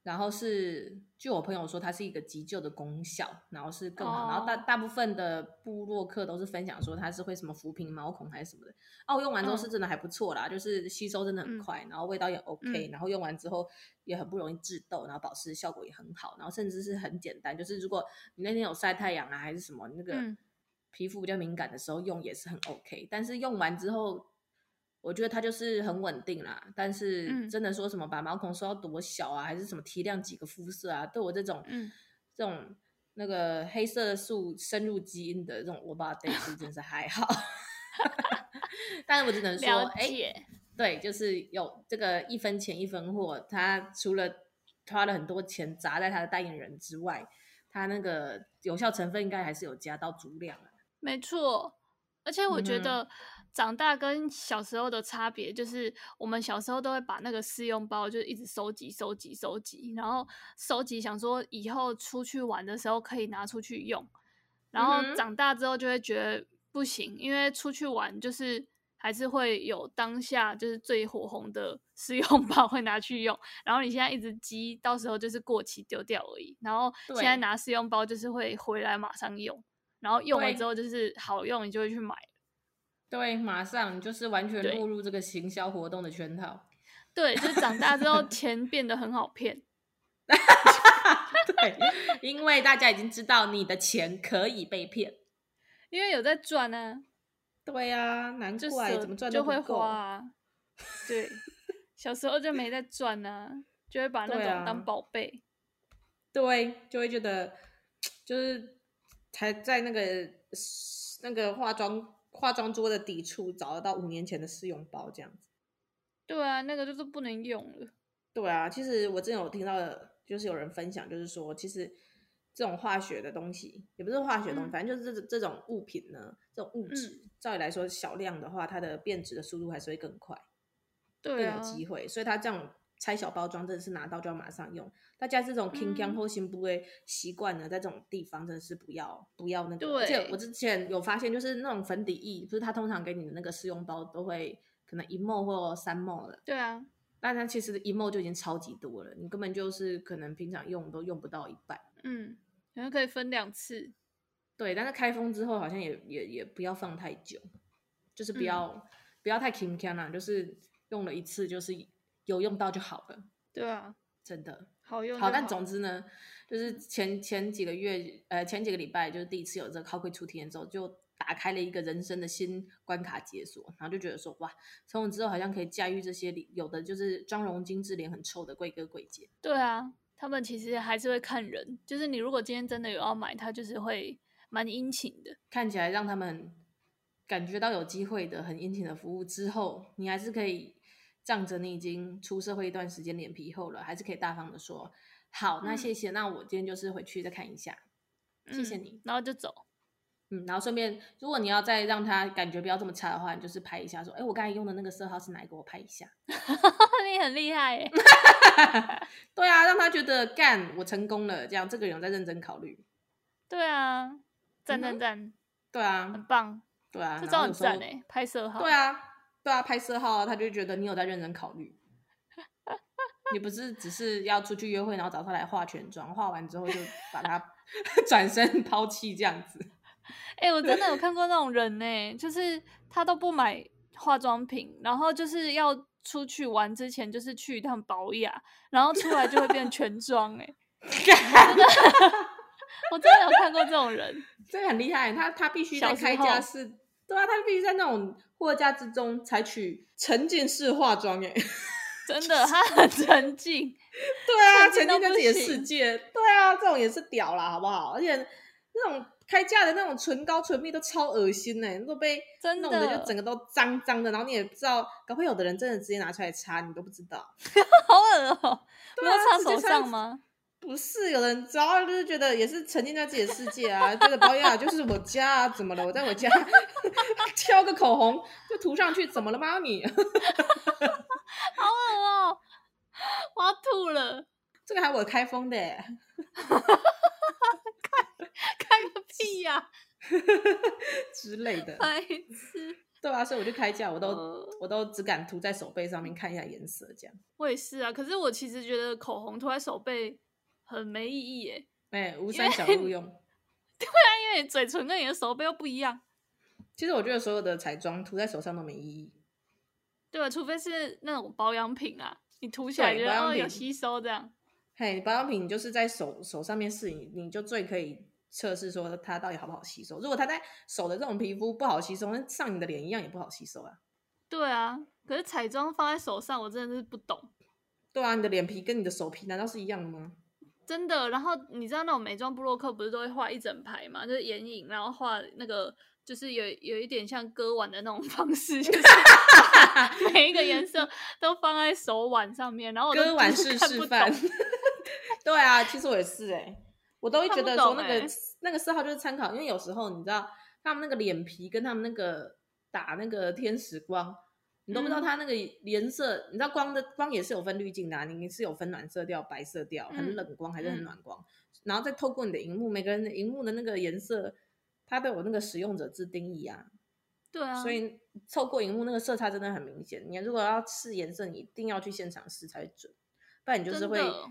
Speaker 1: 然后是据我朋友说，它是一个急救的功效，然后是更好。然后大
Speaker 2: 哦
Speaker 1: 大部分的部落客都是分享说它是会什么抚平毛孔还是什么的。哦、我用完之后
Speaker 2: 嗯
Speaker 1: 是真的还不错啦，就是吸收真的很
Speaker 2: 嗯
Speaker 1: 快，然后味道也 OK，、然后用完之后也很不容易致痘，然后保湿效果也很好，然后甚至是很简单，就是如果你那天有晒太阳啊还是什么，那个
Speaker 2: 嗯
Speaker 1: 皮肤比较敏感的时候用也是很 OK。但是用完之后。我觉得它就是很稳定啦，但是
Speaker 2: 嗯
Speaker 1: 真的说什么把毛孔缩到多小啊，还是什么提亮几个肤色啊，对我这种、
Speaker 2: 嗯
Speaker 1: 这种那个黑色素深入基因的这种我爸 d a [LAUGHS] 真是还好。但是我只能说，
Speaker 2: 了
Speaker 1: 哎、
Speaker 2: 解，
Speaker 1: 对，就是有这个一分钱一分货，他除了花了很多钱砸在他的代言人之外，他那个有效成分应该还是有加到足量啊。
Speaker 2: 没错，而且我觉
Speaker 1: 嗯哼
Speaker 2: 得长大跟小时候的差别就是，我们小时候都会把那个试用包就一直收集、收集、收集，然后收集想说以后出去玩的时候可以拿出去用，然
Speaker 1: 嗯
Speaker 2: 后
Speaker 1: 哼
Speaker 2: 长大之后就会觉得不行，因为出去玩就是。还是会有当下就是最火红的试用 [LAUGHS] 包会拿去用，然后你现在一直积，到时候就是过期丢掉而已。然后现在
Speaker 1: 对
Speaker 2: 拿试用包就是会回来马上用，然后用了
Speaker 1: 对
Speaker 2: 之后就是好用，你就会去买。
Speaker 1: 对，马上就是完全
Speaker 2: 对
Speaker 1: 落入这个行销活动的圈套。
Speaker 2: 对，就是长大 [LAUGHS] 之后钱变得很好骗。
Speaker 1: [LAUGHS] 对，因为大家已经知道你的钱可以被骗。
Speaker 2: 因为有在赚啊，
Speaker 1: 对啊，难
Speaker 2: 就
Speaker 1: 怪
Speaker 2: 舍
Speaker 1: 怎么赚
Speaker 2: 就
Speaker 1: 都
Speaker 2: 会
Speaker 1: 不够
Speaker 2: 花啊。
Speaker 1: [LAUGHS]
Speaker 2: 对，小时候就没在赚啊，就会把那
Speaker 1: 对
Speaker 2: 种
Speaker 1: 啊
Speaker 2: 当宝贝。
Speaker 1: 对，就会觉得就是才在那个那个化妆化妆桌的底处找得到五年前的试用包这样子。
Speaker 2: 对啊，那个就是不能用了。
Speaker 1: 对啊，其实我之前有听到的，就是有人分享，就是说其实这种化学的东西，也不是化学的东西，
Speaker 2: 嗯
Speaker 1: 反正就是这这种物品呢，这种物质，照理来说少量的话，它的变质的速度还是会更快。
Speaker 2: 对
Speaker 1: 更有
Speaker 2: 啊，
Speaker 1: 机会，所以他这样拆小包装真的是拿到就要马上用。大家这种 king
Speaker 2: 嗯
Speaker 1: gang 或新部位习惯呢，在这种地方真的是不要不要那个。而且
Speaker 2: 对
Speaker 1: 我之前有发现，就是那种粉底液，不是它通常给你的那个试用包都会可能一沫或三沫了，
Speaker 2: 对啊，
Speaker 1: 但它其实一沫就已经超级多了，你根本就是可能平常用都用不到一半。
Speaker 2: 嗯，然后可以分两次。
Speaker 1: 对，但是开封之后好像也也也不要放太久，就是不
Speaker 2: 嗯
Speaker 1: 要、不要太 king gang 啦，就是用了一次就是有用到就好了，
Speaker 2: 对啊，
Speaker 1: 真的。
Speaker 2: 好嗯用就
Speaker 1: 好，但总之呢，就是前前几个月，呃，前几个礼拜，就是第一次有这个靠柜出体验之后，就打开了一个人生的新关卡解锁，然后就觉得说，哇，从我之后好像可以驾驭这些里有的就是妆容精致、脸很臭的贵哥贵姐。
Speaker 2: 对啊，他们其实还是会看人，就是你如果今天真的有要买，他就是会蛮殷勤的。
Speaker 1: 看起来让他们感觉到有机会的、很殷勤的服务之后，你还是可以仗着你已经出社会一段时间、脸皮厚了，还是可以大方的说，好，那
Speaker 2: 嗯
Speaker 1: 谢谢，那我今天就是回去再看一下，谢谢
Speaker 2: 嗯
Speaker 1: 你。
Speaker 2: 然后就走。 [LAUGHS]
Speaker 1: 嗯，然后顺便，如果你要再让他感觉不要这么差的话，你就是拍一下，说，哎，我刚才用的那个色号是哪一个？我拍一下。
Speaker 2: 你很厉害耶！
Speaker 1: 对啊，让他觉得干，我成功了，这样这个人有在认真考虑。
Speaker 2: 对啊，赞
Speaker 1: 嗯
Speaker 2: 赞
Speaker 1: 哼
Speaker 2: 赞，
Speaker 1: 对
Speaker 2: 很
Speaker 1: 啊，
Speaker 2: 棒，
Speaker 1: 对啊，
Speaker 2: 嗯这
Speaker 1: 然
Speaker 2: 招
Speaker 1: 后
Speaker 2: 很
Speaker 1: 有时候
Speaker 2: 赞哎，拍摄好。
Speaker 1: 对，啊，对啊，拍色号，他就觉得你有在认真考虑。你不是只是要出去约会，然后找他来化全妆，化完之后就把他 [LAUGHS] 转身抛弃这样子。
Speaker 2: 哎，我真的有
Speaker 1: [LAUGHS]
Speaker 2: 看过那种人呢，就是他都不买化妆品，然后就是要出去玩之前就是去一趟保养，然后出来就会变全妆哎。
Speaker 1: [LAUGHS]
Speaker 2: 我真的有看过这种人，
Speaker 1: 这个很厉害，他他必须
Speaker 2: 小
Speaker 1: 在
Speaker 2: 时
Speaker 1: 开
Speaker 2: 候
Speaker 1: 架式，对啊，他必须在那种货架之中采取沉浸式化妆，哎，
Speaker 2: 真的他很沉浸。
Speaker 1: [LAUGHS] 对啊，
Speaker 2: 沉
Speaker 1: 沉
Speaker 2: 浸到
Speaker 1: 浸在自己的
Speaker 2: 不行
Speaker 1: 世界，对啊，这种也是屌啦，好不好？而且那种开架的那种唇膏、唇蜜都超恶心呢、都被
Speaker 2: 真
Speaker 1: 弄得
Speaker 2: 的
Speaker 1: 就整个都脏脏的，然后你也不知道，搞不好有的人真的直接拿出来擦，你都不知道。
Speaker 2: 好恶哦、没
Speaker 1: 对
Speaker 2: 有
Speaker 1: 啊
Speaker 2: 擦
Speaker 1: 直接
Speaker 2: 手
Speaker 1: 擦
Speaker 2: 上吗？
Speaker 1: 不是，有的人主要就是觉得也是沉浸在自己的世界啊，这个保养啊就是我家啊，怎么了？我在我家 [LAUGHS] 挑个口红就涂上去，怎么了吗你？
Speaker 2: 好恶哦、我要吐了！
Speaker 1: 这个还我开封的、欸， [LAUGHS]
Speaker 2: 看个屁呀、
Speaker 1: [LAUGHS] 之类的，
Speaker 2: 白痴！
Speaker 1: 对啊，所以我就开价，我都、
Speaker 2: 呃
Speaker 1: 我都只敢涂在手背上面看一下颜色，这样。
Speaker 2: 我也是啊，可是我其实觉得口红涂在手背很没意义耶，
Speaker 1: 哎、无三小路用。
Speaker 2: 但因为你嘴唇跟你的手背又不一样，
Speaker 1: 其实我觉得所有的彩妆涂在手上都没意义。
Speaker 2: 对吧？除非是那种保养品啊，你涂起来
Speaker 1: 对
Speaker 2: 觉得
Speaker 1: 保养
Speaker 2: 哦有
Speaker 1: 品
Speaker 2: 吸收这样。
Speaker 1: 嘿，保养品你就是在手手上面试，你你就最可以测试说它到底好不好吸收。如果它在手的这种皮肤不好吸收，那上你的脸一样也不好吸收啊。
Speaker 2: 对啊，可是彩妆放在手上，我真的是不懂，
Speaker 1: 对啊，你的脸皮跟你的手皮难道是一样的吗？
Speaker 2: 真的。然后你知道那种美妆部落客不是都会画一整排嘛，就是眼影，然后画那个就是有有一点像割腕的那种 [LAUGHS] 方式，就是把每一个颜色都放在手腕上面，然后我都
Speaker 1: 割腕
Speaker 2: 就是
Speaker 1: 式
Speaker 2: 看不
Speaker 1: 示
Speaker 2: 懂
Speaker 1: 范。 [LAUGHS] 对啊，其实我也是哎、我都会觉
Speaker 2: 看不
Speaker 1: 得说
Speaker 2: 懂
Speaker 1: 那个、
Speaker 2: 欸
Speaker 1: 那个四号就是参考，因为有时候你知道他们那个脸皮跟他们那个打那个天使光，你都不知道
Speaker 2: 嗯
Speaker 1: 它那个颜色，你知道光的光也是有分滤镜的、啊，你是有分暖色调、白色调，很
Speaker 2: 嗯
Speaker 1: 冷光还是很
Speaker 2: 嗯
Speaker 1: 暖光，然后再透过你的荧幕，每个人的荧幕的那个颜色，它都有那个使用者自定义啊。
Speaker 2: 对啊，
Speaker 1: 所以透过荧幕那个色差真的很明显。你如果要试颜色，你一定要去现场试才会准，不然你就是
Speaker 2: 真
Speaker 1: 会
Speaker 2: 的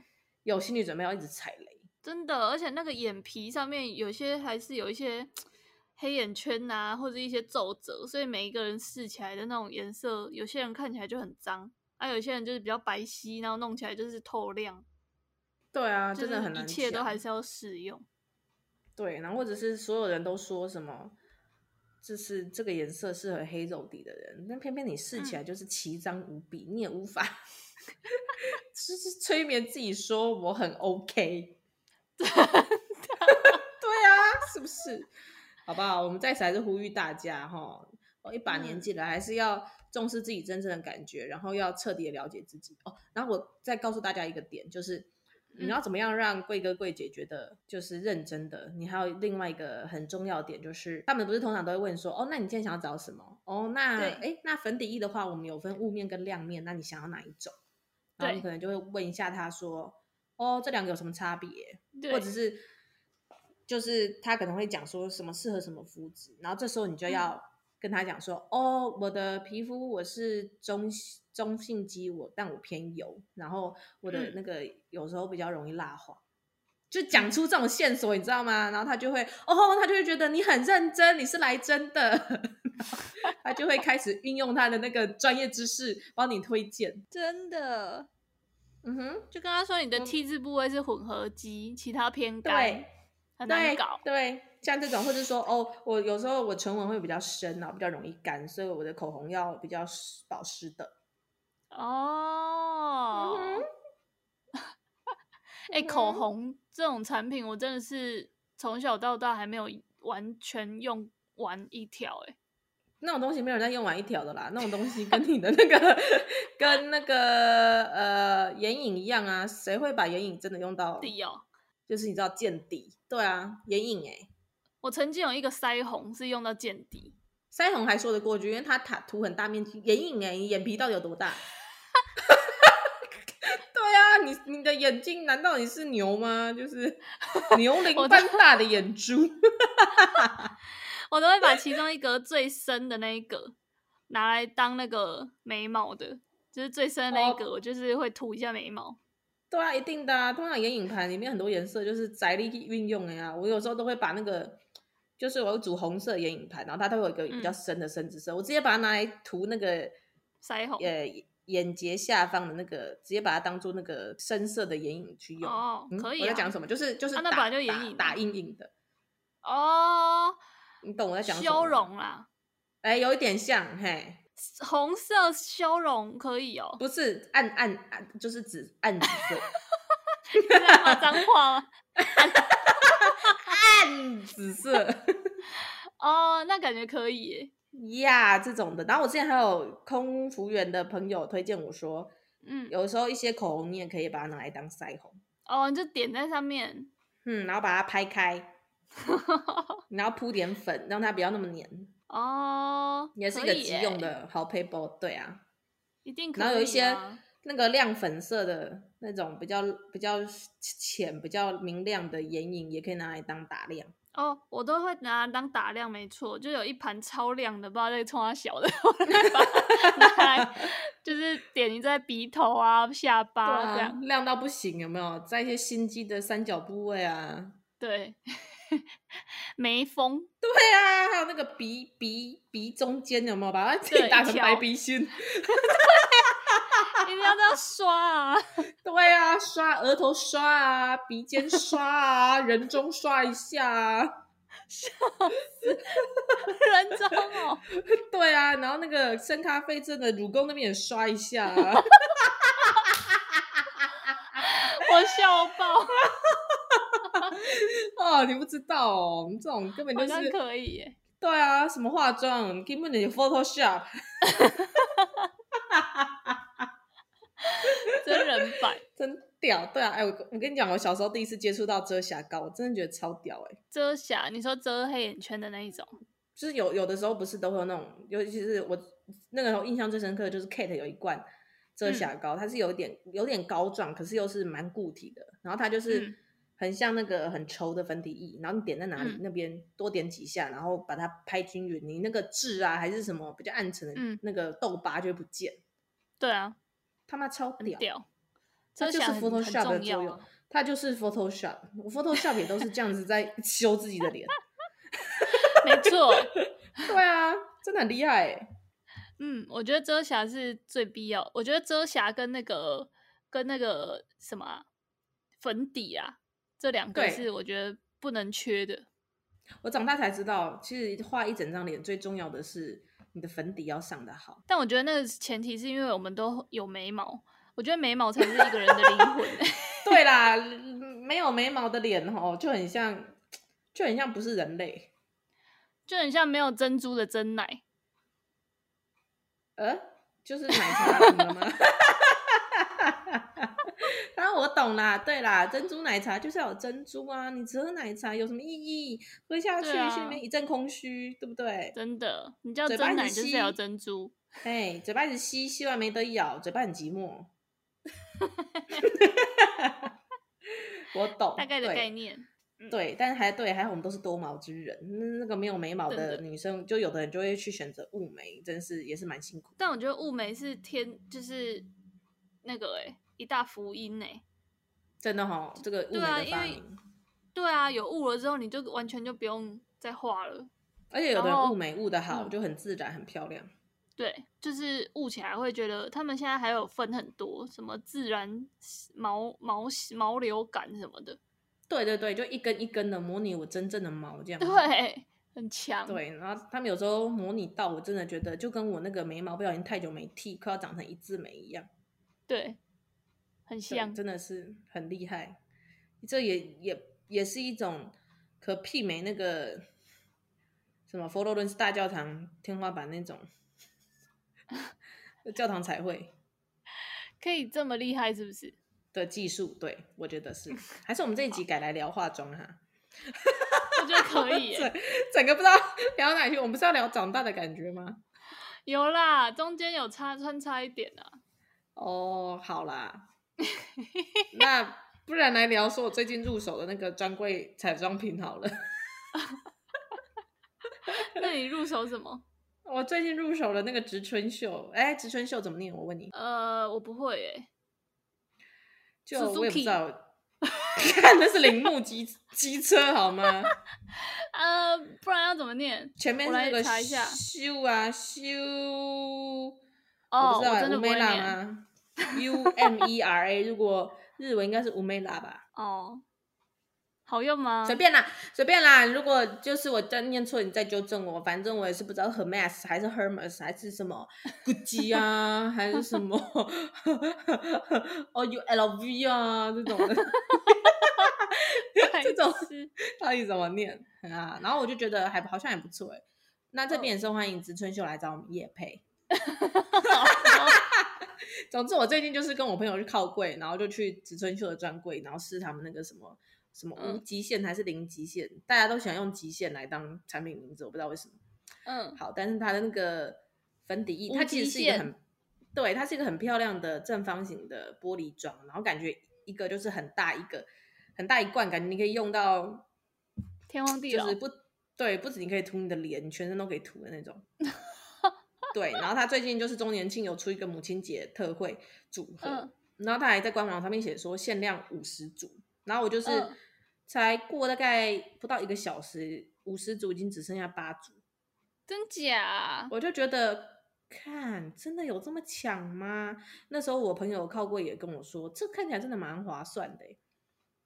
Speaker 1: 有心理准备要一直踩雷。
Speaker 2: 真的，而且那个眼皮上面有些还是有一些黑眼圈呐、或者一些皱褶，所以每一个人试起来的那种颜色，有些人看起来就很脏，啊，有些人就是比较白皙，然后弄起来就是透亮，
Speaker 1: 对啊，
Speaker 2: 就
Speaker 1: 真
Speaker 2: 是
Speaker 1: 的很难
Speaker 2: 一切都
Speaker 1: 讲
Speaker 2: 还是要试用。
Speaker 1: 对，然后或者是所有人都说什么，就是这个颜色适合黑肉底的人，但偏偏你试起来就是奇脏无比，你也无法， [LAUGHS] 就是催眠自己说我很 OK。对啊，是不是？好不好？我们在此还是呼吁大家哈，哦，一把年
Speaker 2: 嗯
Speaker 1: 纪了，还是要重视自己真正的感觉，然后要彻底的了解自己哦。然后我再告诉大家一个点，就是你
Speaker 2: 嗯
Speaker 1: 要怎么样让贵哥贵姐觉得就是认真的。你还有另外一个很重要的点，就是他们不是通常都会问说，哦，那你今天想要找什么？哦，那
Speaker 2: 对
Speaker 1: 哎，那粉底液的话，我们有分雾面跟亮面，那你想要哪一种？然后你
Speaker 2: 对
Speaker 1: 可能就会问一下他说，哦，这两个有什么差别？
Speaker 2: 对，
Speaker 1: 或者是就是他可能会讲说什么适合什么肤质，然后这时候你
Speaker 2: 嗯
Speaker 1: 就要跟他讲说，哦，我的皮肤我是中性中性肌，我但我偏油，然后我的
Speaker 2: 嗯
Speaker 1: 那个有时候比较容易蜡黄。就讲出这种线索，你知道吗？然后他就会，哦，他就会觉得你很认真，你是来真的， [LAUGHS] 然后他就会开始运用他的那个专业知识帮你推荐。
Speaker 2: 真的，
Speaker 1: 嗯哼，
Speaker 2: 就跟他说你的
Speaker 1: 我
Speaker 2: T 字部位是混合肌，其他偏干
Speaker 1: 对，，
Speaker 2: 很
Speaker 1: 对
Speaker 2: 难搞。
Speaker 1: 对，像这种，或者说哦，我有时候我唇纹会比较深啊，比较容易干，所以我的口红要比较湿保湿的。
Speaker 2: 哦，
Speaker 1: 嗯
Speaker 2: 哎、口
Speaker 1: 嗯哼
Speaker 2: 红这种产品，我真的是从小到大还没有完全用完一条、欸，
Speaker 1: 那种东西没有人在用完一条的啦，那种东西跟你的那个 [LAUGHS] 跟那个呃眼影一样啊，谁会把眼影真的用到？
Speaker 2: 底哦。
Speaker 1: 就是你知道见底，对啊，眼影哎、
Speaker 2: 我曾经有一个腮红是用到见底，
Speaker 1: 腮红还说得过去，因为它塔涂很大面积，眼影哎、你眼皮到底有多大？ [LAUGHS] 对啊，你你的眼睛难道你是牛吗？就是 [LAUGHS] 牛羚
Speaker 2: 我
Speaker 1: 般大的眼珠， [LAUGHS]
Speaker 2: 我都会把其中一格最深的那一格拿来当那个眉毛的，就是最深的那一
Speaker 1: 哦
Speaker 2: 格，我就是会涂一下眉毛。
Speaker 1: 对啊，一定的啊。通常眼影盘里面很多颜色就是宅力运用的呀、我有时候都会把那个，就是我有组红色眼影盘，然后它都有一个比较
Speaker 2: 嗯
Speaker 1: 深的深紫色，我直接把它拿来涂那个
Speaker 2: 腮红
Speaker 1: 呃眼睫下方的那个，直接把它当做那个深色的眼影去用。
Speaker 2: 哦
Speaker 1: 嗯
Speaker 2: 可以
Speaker 1: 我在
Speaker 2: 啊
Speaker 1: 讲什么？就是就是打、
Speaker 2: 啊那本来就眼
Speaker 1: 打
Speaker 2: 影啊
Speaker 1: 打阴影的，
Speaker 2: 哦，
Speaker 1: 你懂我在讲什么吗
Speaker 2: 修？容啦，
Speaker 1: 哎、有一点像，嘿，
Speaker 2: 红色修容可以哦。
Speaker 1: 不是暗暗暗，就是指暗
Speaker 2: [LAUGHS]
Speaker 1: 紫色，
Speaker 2: 你在骂脏话吗？
Speaker 1: 暗紫色
Speaker 2: 哦，那感觉可以耶。
Speaker 1: 呀这种的。然后我之前还有空服员的朋友推荐我说，
Speaker 2: 嗯，
Speaker 1: 有时候一些口红你也可以把它拿来当腮红，
Speaker 2: 哦，你就点在上面。
Speaker 1: 嗯，然后把它拍
Speaker 2: [LAUGHS]
Speaker 1: 开，然后铺点粉，让它不要那么黏，
Speaker 2: 哦，
Speaker 1: 也是一
Speaker 2: 可
Speaker 1: 个
Speaker 2: 以
Speaker 1: 急
Speaker 2: 耶
Speaker 1: 用，的好 paper。对啊，
Speaker 2: 一定可以、啊。
Speaker 1: 然后有一些那个亮粉色的那种比较比较浅、比较明亮的眼影，也可以拿来当打亮。
Speaker 2: 哦，我都会拿它当打亮，没错，就有一盘超亮的，不知道在冲它小的，我就会把它拿来就是点一在鼻头啊、下巴这样。
Speaker 1: 亮到不行，有没有？在一些心机的三角部位啊，
Speaker 2: 对，眉
Speaker 1: [LAUGHS]
Speaker 2: 峰，
Speaker 1: 对啊，还有那个鼻鼻鼻中间有没有？把它自己
Speaker 2: 对
Speaker 1: 打
Speaker 2: 一
Speaker 1: 成
Speaker 2: 条
Speaker 1: 白鼻心。
Speaker 2: 一定要这样刷啊！
Speaker 1: [LAUGHS] 对啊，刷额头刷啊，鼻尖刷啊，人中刷一下啊。
Speaker 2: 人中哦，
Speaker 1: 对啊，然后那个深咖啡症的乳沟那边也刷一下啊。 [LAUGHS]
Speaker 2: 我笑爆，
Speaker 1: 哦，你不知道哦，我们这种根本就
Speaker 2: 好像
Speaker 1: 是
Speaker 2: 可以耶。
Speaker 1: 对啊，什么化妆，根本你 Photoshop，
Speaker 2: 真人版，
Speaker 1: 真屌。对啊，哎、我我跟你讲，我小时候第一次接触到遮瑕膏，我真的觉得超屌哎、
Speaker 2: 遮瑕，你说遮黑眼圈的那一种，
Speaker 1: 就是有有的时候不是都会有那种，尤其是我那个时候印象最深刻的就是 Kate 有一罐遮瑕膏，
Speaker 2: 嗯
Speaker 1: 它是有一点有点膏状，可是又是蛮固体的，然后它就是
Speaker 2: 嗯
Speaker 1: 很像那个很稠的粉底液，然后你点在哪里、
Speaker 2: 嗯
Speaker 1: 那边多点几下，然后把它拍均匀，你那个痣啊还是什么比较暗沉的
Speaker 2: 嗯
Speaker 1: 那个痘疤就会不见，
Speaker 2: 对啊，
Speaker 1: 他妈超
Speaker 2: 很
Speaker 1: 屌。
Speaker 2: 屌。
Speaker 1: 它
Speaker 2: 遮
Speaker 1: 就
Speaker 2: 瑕
Speaker 1: 是
Speaker 2: 很很
Speaker 1: Photoshop 的
Speaker 2: 重
Speaker 1: 作
Speaker 2: 要
Speaker 1: 用
Speaker 2: 啊，，
Speaker 1: 它就是 Photoshop。我 Photoshop 也都是这样子在修自己的脸。
Speaker 2: 没错。
Speaker 1: 对啊，真的很厉害、欸。
Speaker 2: 嗯，我觉得遮瑕是最必要。我觉得遮瑕跟那个跟那个什么啊、粉底啊，这两个
Speaker 1: 对
Speaker 2: 是我觉得不能缺的。
Speaker 1: 我长大才知道，其实画一整张脸最重要的是你的粉底要上的好。
Speaker 2: 但我觉得那个前提是因为我们都有眉毛，我觉得眉毛才是一个人的灵魂。
Speaker 1: [LAUGHS] 对啦，嗯没有眉毛的脸哦，就很像，就很像不是人类。
Speaker 2: 就很像没有珍珠的真奶。
Speaker 1: 呃，就是奶茶怎么了吗？ [LAUGHS] 当然我懂啦，对啦，珍珠奶茶就是要有珍珠啊，你只喝奶茶有什么意义？喝下去
Speaker 2: 对啊
Speaker 1: 心里面一阵空虚，对不对？
Speaker 2: 真的，你叫
Speaker 1: 嘴巴
Speaker 2: 真
Speaker 1: 一
Speaker 2: 奶
Speaker 1: 直
Speaker 2: 就是要有
Speaker 1: 吸
Speaker 2: 珍珠。
Speaker 1: 哎，嘴巴一直吸，吸完没得咬，嘴巴很
Speaker 2: [LAUGHS]
Speaker 1: 寂寞。我懂，
Speaker 2: 大概的
Speaker 1: 哦对
Speaker 2: 概嗯念。
Speaker 1: 对，但是还对，还好我们都是多毛之人。那那个没有眉毛
Speaker 2: 真
Speaker 1: 的
Speaker 2: 的
Speaker 1: 女生，就有的人就会去选择雾眉，真是也是蛮辛苦。
Speaker 2: 但我觉得雾眉是天，就是那个哎、一大福音哎、
Speaker 1: 真的哈、这个雾
Speaker 2: 对啊
Speaker 1: 眉的
Speaker 2: 因
Speaker 1: 发
Speaker 2: 为
Speaker 1: 明，
Speaker 2: 对啊，有雾了之后，你就完全就不用再画了。
Speaker 1: 而且有
Speaker 2: 然
Speaker 1: 的人
Speaker 2: 后
Speaker 1: 雾眉雾的好，
Speaker 2: 嗯
Speaker 1: 就很自然，很漂亮。
Speaker 2: 对，就是雾起来会觉得他们现在还有分很多什么自然毛毛毛流感什么的， [LAUGHS]
Speaker 1: 对对对，就一根一根的模拟我真正的毛这样子。
Speaker 2: 对，很强。，
Speaker 1: 对，然后他们有时候模拟到我真的觉得，就跟我那个眉毛不小心太久没剃，快要长成一字眉一样。
Speaker 2: 对，很
Speaker 1: 对
Speaker 2: 像。
Speaker 1: 真的是很厉害。这也也也是一种可媲美那个什么佛罗伦斯大教堂天花板那种教堂彩绘
Speaker 2: 可以这么厉害是不是？ [LAUGHS]
Speaker 1: 的技术。对我觉得是，还是我们这一集改来聊化妆哈。
Speaker 2: 我觉得可以、
Speaker 1: 整
Speaker 2: 耶。
Speaker 1: 整个不知道 [LAUGHS] 聊哪去，我们不是要聊长大的感觉吗？
Speaker 2: 有啦，中间有插穿插一点啊。
Speaker 1: 哦，好啦，那不然来聊说我最近入手的那个专柜彩妆品好了。
Speaker 2: 那你入手什么？ [LAUGHS]
Speaker 1: 我最近入手了那个植村秀，哎，植村秀怎么念？我问你，
Speaker 2: 呃，我不会诶、
Speaker 1: 就我也不
Speaker 2: Suzuki
Speaker 1: 知道， [LAUGHS] 看那是铃木机机车好吗？
Speaker 2: 呃，不然要怎么念？
Speaker 1: 前面是
Speaker 2: 我来
Speaker 1: 那个
Speaker 2: 查一下
Speaker 1: 修啊修，
Speaker 2: 哦，
Speaker 1: 我不知道
Speaker 2: 我真的
Speaker 1: 乌
Speaker 2: 不会
Speaker 1: 梅拉
Speaker 2: 念。
Speaker 1: 吗？U M E R A，如果日文应该是乌梅拉吧，
Speaker 2: 哦，好用吗
Speaker 1: 随？便啦，随便啦。如果就是我真念错，你再纠正我。反正我也是不知道 Hermes 还是 Hermes 还是什么 Gucci 啊，还是什么 [LAUGHS] O U L V 啊这种的。
Speaker 2: 白
Speaker 1: 这种
Speaker 2: 痴 [LAUGHS]
Speaker 1: 到底怎么念啊？然后我就觉得还好像也不错哎。那这边也是欢迎植村秀来找我们叶配。总之，我最近就是跟我朋友去靠柜，然后就去植村秀的专柜，然后试他们那个什么什么无
Speaker 2: 嗯
Speaker 1: 极限还是零极限，大家都喜欢用极限来当产品名字，我不知道为什么。
Speaker 2: 嗯，
Speaker 1: 好，但是它的那个粉底液，
Speaker 2: 无
Speaker 1: 它其实
Speaker 2: 极
Speaker 1: 是一个
Speaker 2: 限
Speaker 1: 很，对，它是一个很漂亮的正方形的玻璃装，然后感觉一个就是很大一个，很大一罐，感觉你可以用到，
Speaker 2: 天荒地
Speaker 1: [LAUGHS] 就
Speaker 2: 老
Speaker 1: 是。不对，不止你可以涂你的脸，你全身都可以涂的那种。对，然后它最近就是周年庆有出一个母亲节特惠组合，
Speaker 2: 嗯
Speaker 1: 然后他还在官网上面写说限量五十组，然后我就是
Speaker 2: 嗯
Speaker 1: 才过大概不到一个小时，五十组已经只剩下八组。
Speaker 2: 真假？
Speaker 1: 我就觉得，看真的有这么抢吗？那时候我朋友靠过也跟我说，这看起来真的蛮划算的欸、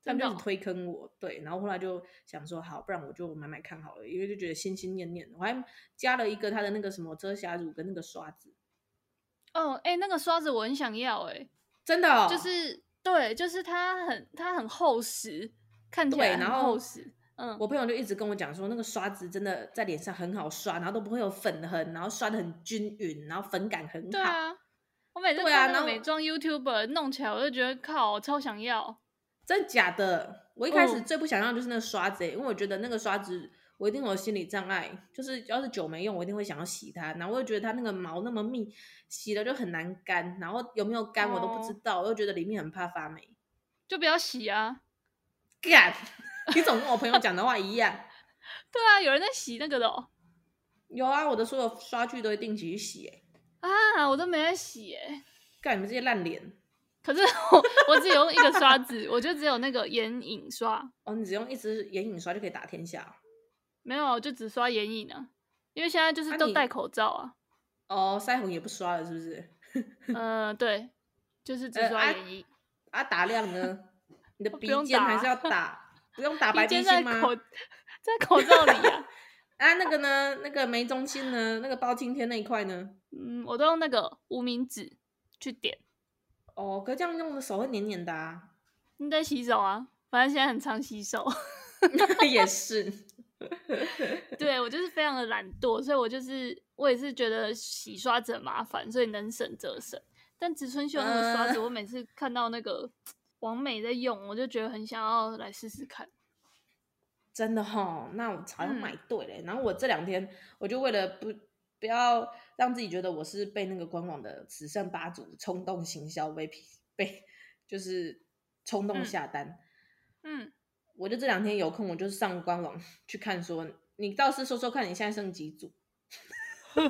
Speaker 1: 他
Speaker 2: 真
Speaker 1: 们
Speaker 2: 的
Speaker 1: 就是
Speaker 2: 哦
Speaker 1: 推坑我，对，然后后来就想说，好，不然我就买买看好了，因为就觉得心心念念的，我还加了一个他的那个什么遮瑕乳跟那个刷子，
Speaker 2: 哦，哎、那个刷子我很想要、欸诶
Speaker 1: 真的、哦，
Speaker 2: 就是对，就是它很它很厚实，看起
Speaker 1: 对
Speaker 2: 来
Speaker 1: 然
Speaker 2: 很
Speaker 1: 后
Speaker 2: 厚实。嗯，
Speaker 1: 我朋友就一直跟我讲说，那个刷子真的在脸上很好刷，然后都不会有粉痕，然后刷的很均匀，然后粉感很好。
Speaker 2: 对啊，我每次
Speaker 1: 对啊
Speaker 2: 看
Speaker 1: 然
Speaker 2: 到
Speaker 1: 后
Speaker 2: 美妆 YouTuber 弄起来，我就觉得靠，我超想要。
Speaker 1: 真假的？我一开始
Speaker 2: 嗯
Speaker 1: 最不想要就是那个刷子欸、因为我觉得那个刷子我一定有心理障碍，就是要是久没用，我一定会想要洗它。然后我又觉得它那个毛那么密，洗了就很难干，然后有没有干我都不知道，
Speaker 2: 哦
Speaker 1: 我又觉得里面很怕发霉。
Speaker 2: 就不要洗啊！
Speaker 1: 干，你总跟我朋友讲的话一样。 [LAUGHS]
Speaker 2: 对啊，有人在洗那个的、哦、
Speaker 1: 有啊，我的所有刷具都会定期去洗、欸。
Speaker 2: 啊，我都没在洗耶、
Speaker 1: 干你们这些烂脸！
Speaker 2: 可是我我只有用一个刷子，我就只有那个眼影刷，
Speaker 1: 哦，你只用一支眼影刷就可以打天下啊。
Speaker 2: 没有就只刷眼影啊。因为现在就
Speaker 1: 啊
Speaker 2: 是都
Speaker 1: 你
Speaker 2: 戴口罩啊，
Speaker 1: 哦，腮红也不刷了是不是？
Speaker 2: 嗯、对，就是只
Speaker 1: 呃
Speaker 2: 刷
Speaker 1: 啊
Speaker 2: 眼影。
Speaker 1: 啊，打亮呢？你的
Speaker 2: [LAUGHS] 不
Speaker 1: 鼻
Speaker 2: 用
Speaker 1: 尖
Speaker 2: 打
Speaker 1: 还
Speaker 2: 啊
Speaker 1: 是要打，不用打白
Speaker 2: 鼻
Speaker 1: 鼻
Speaker 2: 尖在
Speaker 1: 心吗？
Speaker 2: 口在口罩里啊。
Speaker 1: 啊，那个呢？那个眉中心呢？那个包青天那一块呢？
Speaker 2: 嗯，我都用那个无名指去点。
Speaker 1: 哦，可这样用的手会黏黏的啊。
Speaker 2: 你在洗手啊？反正现在很常洗手。
Speaker 1: [LAUGHS]
Speaker 2: [LAUGHS]
Speaker 1: 也是，
Speaker 2: 对我就是非常的懒惰，所以我就是我也是觉得洗刷子很麻烦，所以能省则省。但植村秀那个刷子，
Speaker 1: 嗯
Speaker 2: 我每次看到那个王美在用，我就觉得很想要来试试看。
Speaker 1: [LAUGHS] 真的哈、那我才要
Speaker 2: 嗯
Speaker 1: 买对嘞。然后我这两天我就为了不不要让自己觉得我是被那个官网的慈善吧主冲动行销被骗被就是冲动
Speaker 2: 嗯
Speaker 1: 下单，
Speaker 2: 嗯，
Speaker 1: 我就这两天有空，我就上官网 [LAUGHS] 去看说，你倒是说说看你现在剩几组， [LAUGHS] 我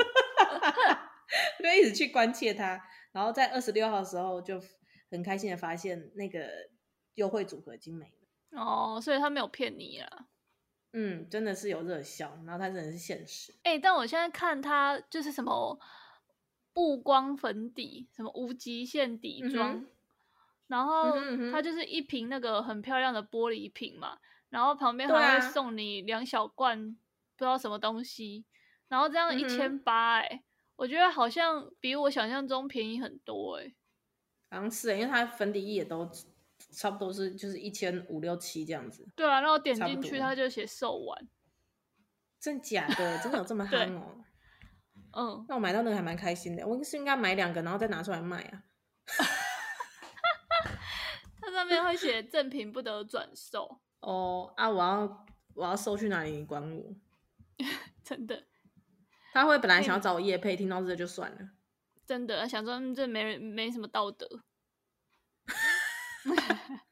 Speaker 1: 就一直去关切它。然后在二十六号的时候，就很开心的发现那个优惠组合已经没了。
Speaker 2: 哦，所以他没有骗你啊。
Speaker 1: 嗯，真的是有热销，然后它真的是限时。
Speaker 2: 哎、但我现在看它就是什么布光粉底，什么无极限底
Speaker 1: 嗯哼
Speaker 2: 妆，然
Speaker 1: 嗯
Speaker 2: 后
Speaker 1: 哼嗯哼
Speaker 2: 它就是一瓶那个很漂亮的玻璃瓶嘛，然后旁边
Speaker 1: 对
Speaker 2: 还
Speaker 1: 啊
Speaker 2: 会送你两小罐、不知道什么东西，然后这样
Speaker 1: 嗯
Speaker 2: 一
Speaker 1: 哼
Speaker 2: 千八哎，我觉得好像比我想象中便宜很多哎、
Speaker 1: 好像是，因为它粉底液也都差不多是就是一千五六七这样子。
Speaker 2: 对啊，然后点
Speaker 1: 差不
Speaker 2: 进去
Speaker 1: 多
Speaker 2: 它就写售完，
Speaker 1: 真假的？真的有这么
Speaker 2: 对
Speaker 1: 憨哦？
Speaker 2: 嗯，
Speaker 1: 那我买到那个还蛮开心的。我是应该买两个，然后再拿出来卖啊。
Speaker 2: 它上面会
Speaker 1: [LAUGHS]
Speaker 2: 写赠品不得转售，
Speaker 1: 哦啊，我要我要收去哪里？你管我？
Speaker 2: 真的。
Speaker 1: 他会本来想要
Speaker 2: 嗯
Speaker 1: 找我叶配，听到这就算了。
Speaker 2: 真的想说，嗯，这没人没什么道德。 [LAUGHS]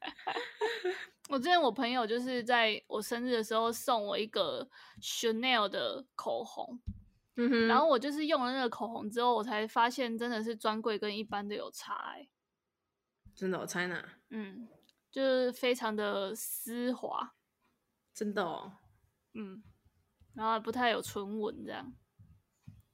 Speaker 2: 我之前我朋友就是在我生日的时候送我一个 Chanel 的口红，
Speaker 1: 嗯哼
Speaker 2: 然后我就是用了那个口红之后，我才发现真的是专柜跟一般的有差、欸，
Speaker 1: 真的，我猜哪？
Speaker 2: 嗯，就是非常的丝滑，
Speaker 1: 真的哦，
Speaker 2: 嗯，然后不太有唇纹这样，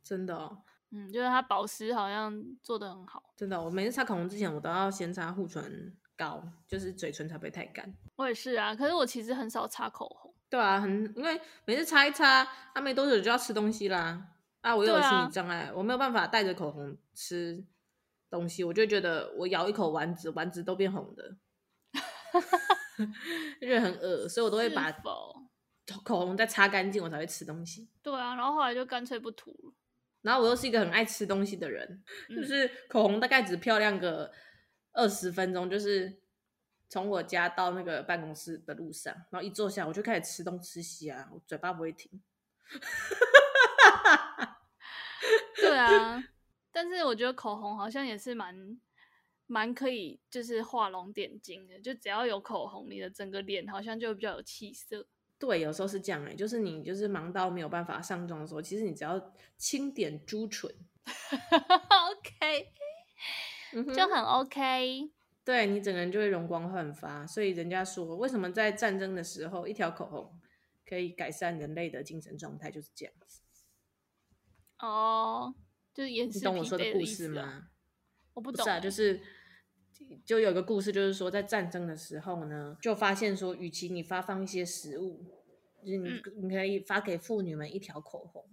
Speaker 1: 真的哦，
Speaker 2: 嗯，就是它保湿好像做的很好，
Speaker 1: 真的哦、我每次擦口红之前，我都要先擦护唇膏，就是嘴唇才不会太干。
Speaker 2: 我也是啊，可是我其实很少擦口红。
Speaker 1: 对啊，很因为每次擦一擦，啊没多久就要吃东西啦。啊，我又有
Speaker 2: 对啊
Speaker 1: 心理障碍，我没有办法带着口红吃东西，我就觉得我咬一口丸子，丸子都变
Speaker 2: [LAUGHS]
Speaker 1: 红的，就觉得很恶，所以我都会
Speaker 2: 是
Speaker 1: 把
Speaker 2: 否
Speaker 1: 口红再擦干净，我才会吃东西。
Speaker 2: 对啊，然后后来就干脆不涂
Speaker 1: [LAUGHS]
Speaker 2: 了。
Speaker 1: 然后我又是一个很爱吃东西的人，
Speaker 2: 嗯
Speaker 1: 就是口红大概只漂亮个二十分钟，就是从我家到那个办公室的路上，然后一坐下我就开始吃东吃西啊，我嘴巴不会停。
Speaker 2: 对啊， [LAUGHS] 但是我觉得口红好像也是蛮蛮可以，就是画龙点睛的。就只要有口红，你的整个脸好像就比较有气色。 [LAUGHS]
Speaker 1: 对，有时候是这样哎、就是你就是忙到没有办法上妆的时候，其实你只要轻点朱唇，
Speaker 2: OK，
Speaker 1: 嗯哼
Speaker 2: 就很 OK。
Speaker 1: 对你整个人就会容光焕发。所以人家说，为什么在战争的时候，一条口红可以改善人类的精神状态，就是这样。
Speaker 2: 哦、就是掩饰
Speaker 1: 你懂我
Speaker 2: 疲
Speaker 1: 说
Speaker 2: 惫
Speaker 1: 故
Speaker 2: 意
Speaker 1: 事
Speaker 2: 思啊
Speaker 1: 吗？
Speaker 2: 我不
Speaker 1: 不
Speaker 2: 懂欸、
Speaker 1: 是啊，就是就有一个故事，就是说在战争的时候呢，就发现说，与其你发放一些食物，就是你、你可以发给妇女们一条口红，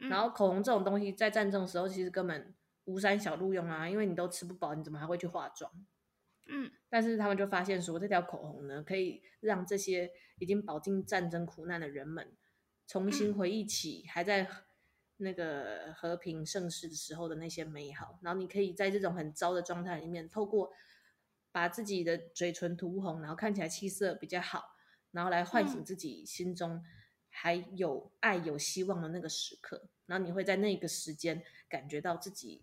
Speaker 2: 嗯
Speaker 1: 然后口红这种东西在战争的时候其实根本无三小路用啊，因为你都吃不饱，你怎么还会去化妆？
Speaker 2: 嗯，
Speaker 1: 但是他们就发现说，这条口红呢，可以让这些已经饱经战争苦难的人们，重
Speaker 2: 嗯
Speaker 1: 新回忆起还在那个和平盛世的时候的那些美好。然后你可以在这种很糟的状态里面，透过把自己的嘴唇涂红，然后看起来气色比较好，然后来唤醒
Speaker 2: 嗯
Speaker 1: 自己心中还有爱、有希望的那个时刻。然后你会在那个时间感觉到自己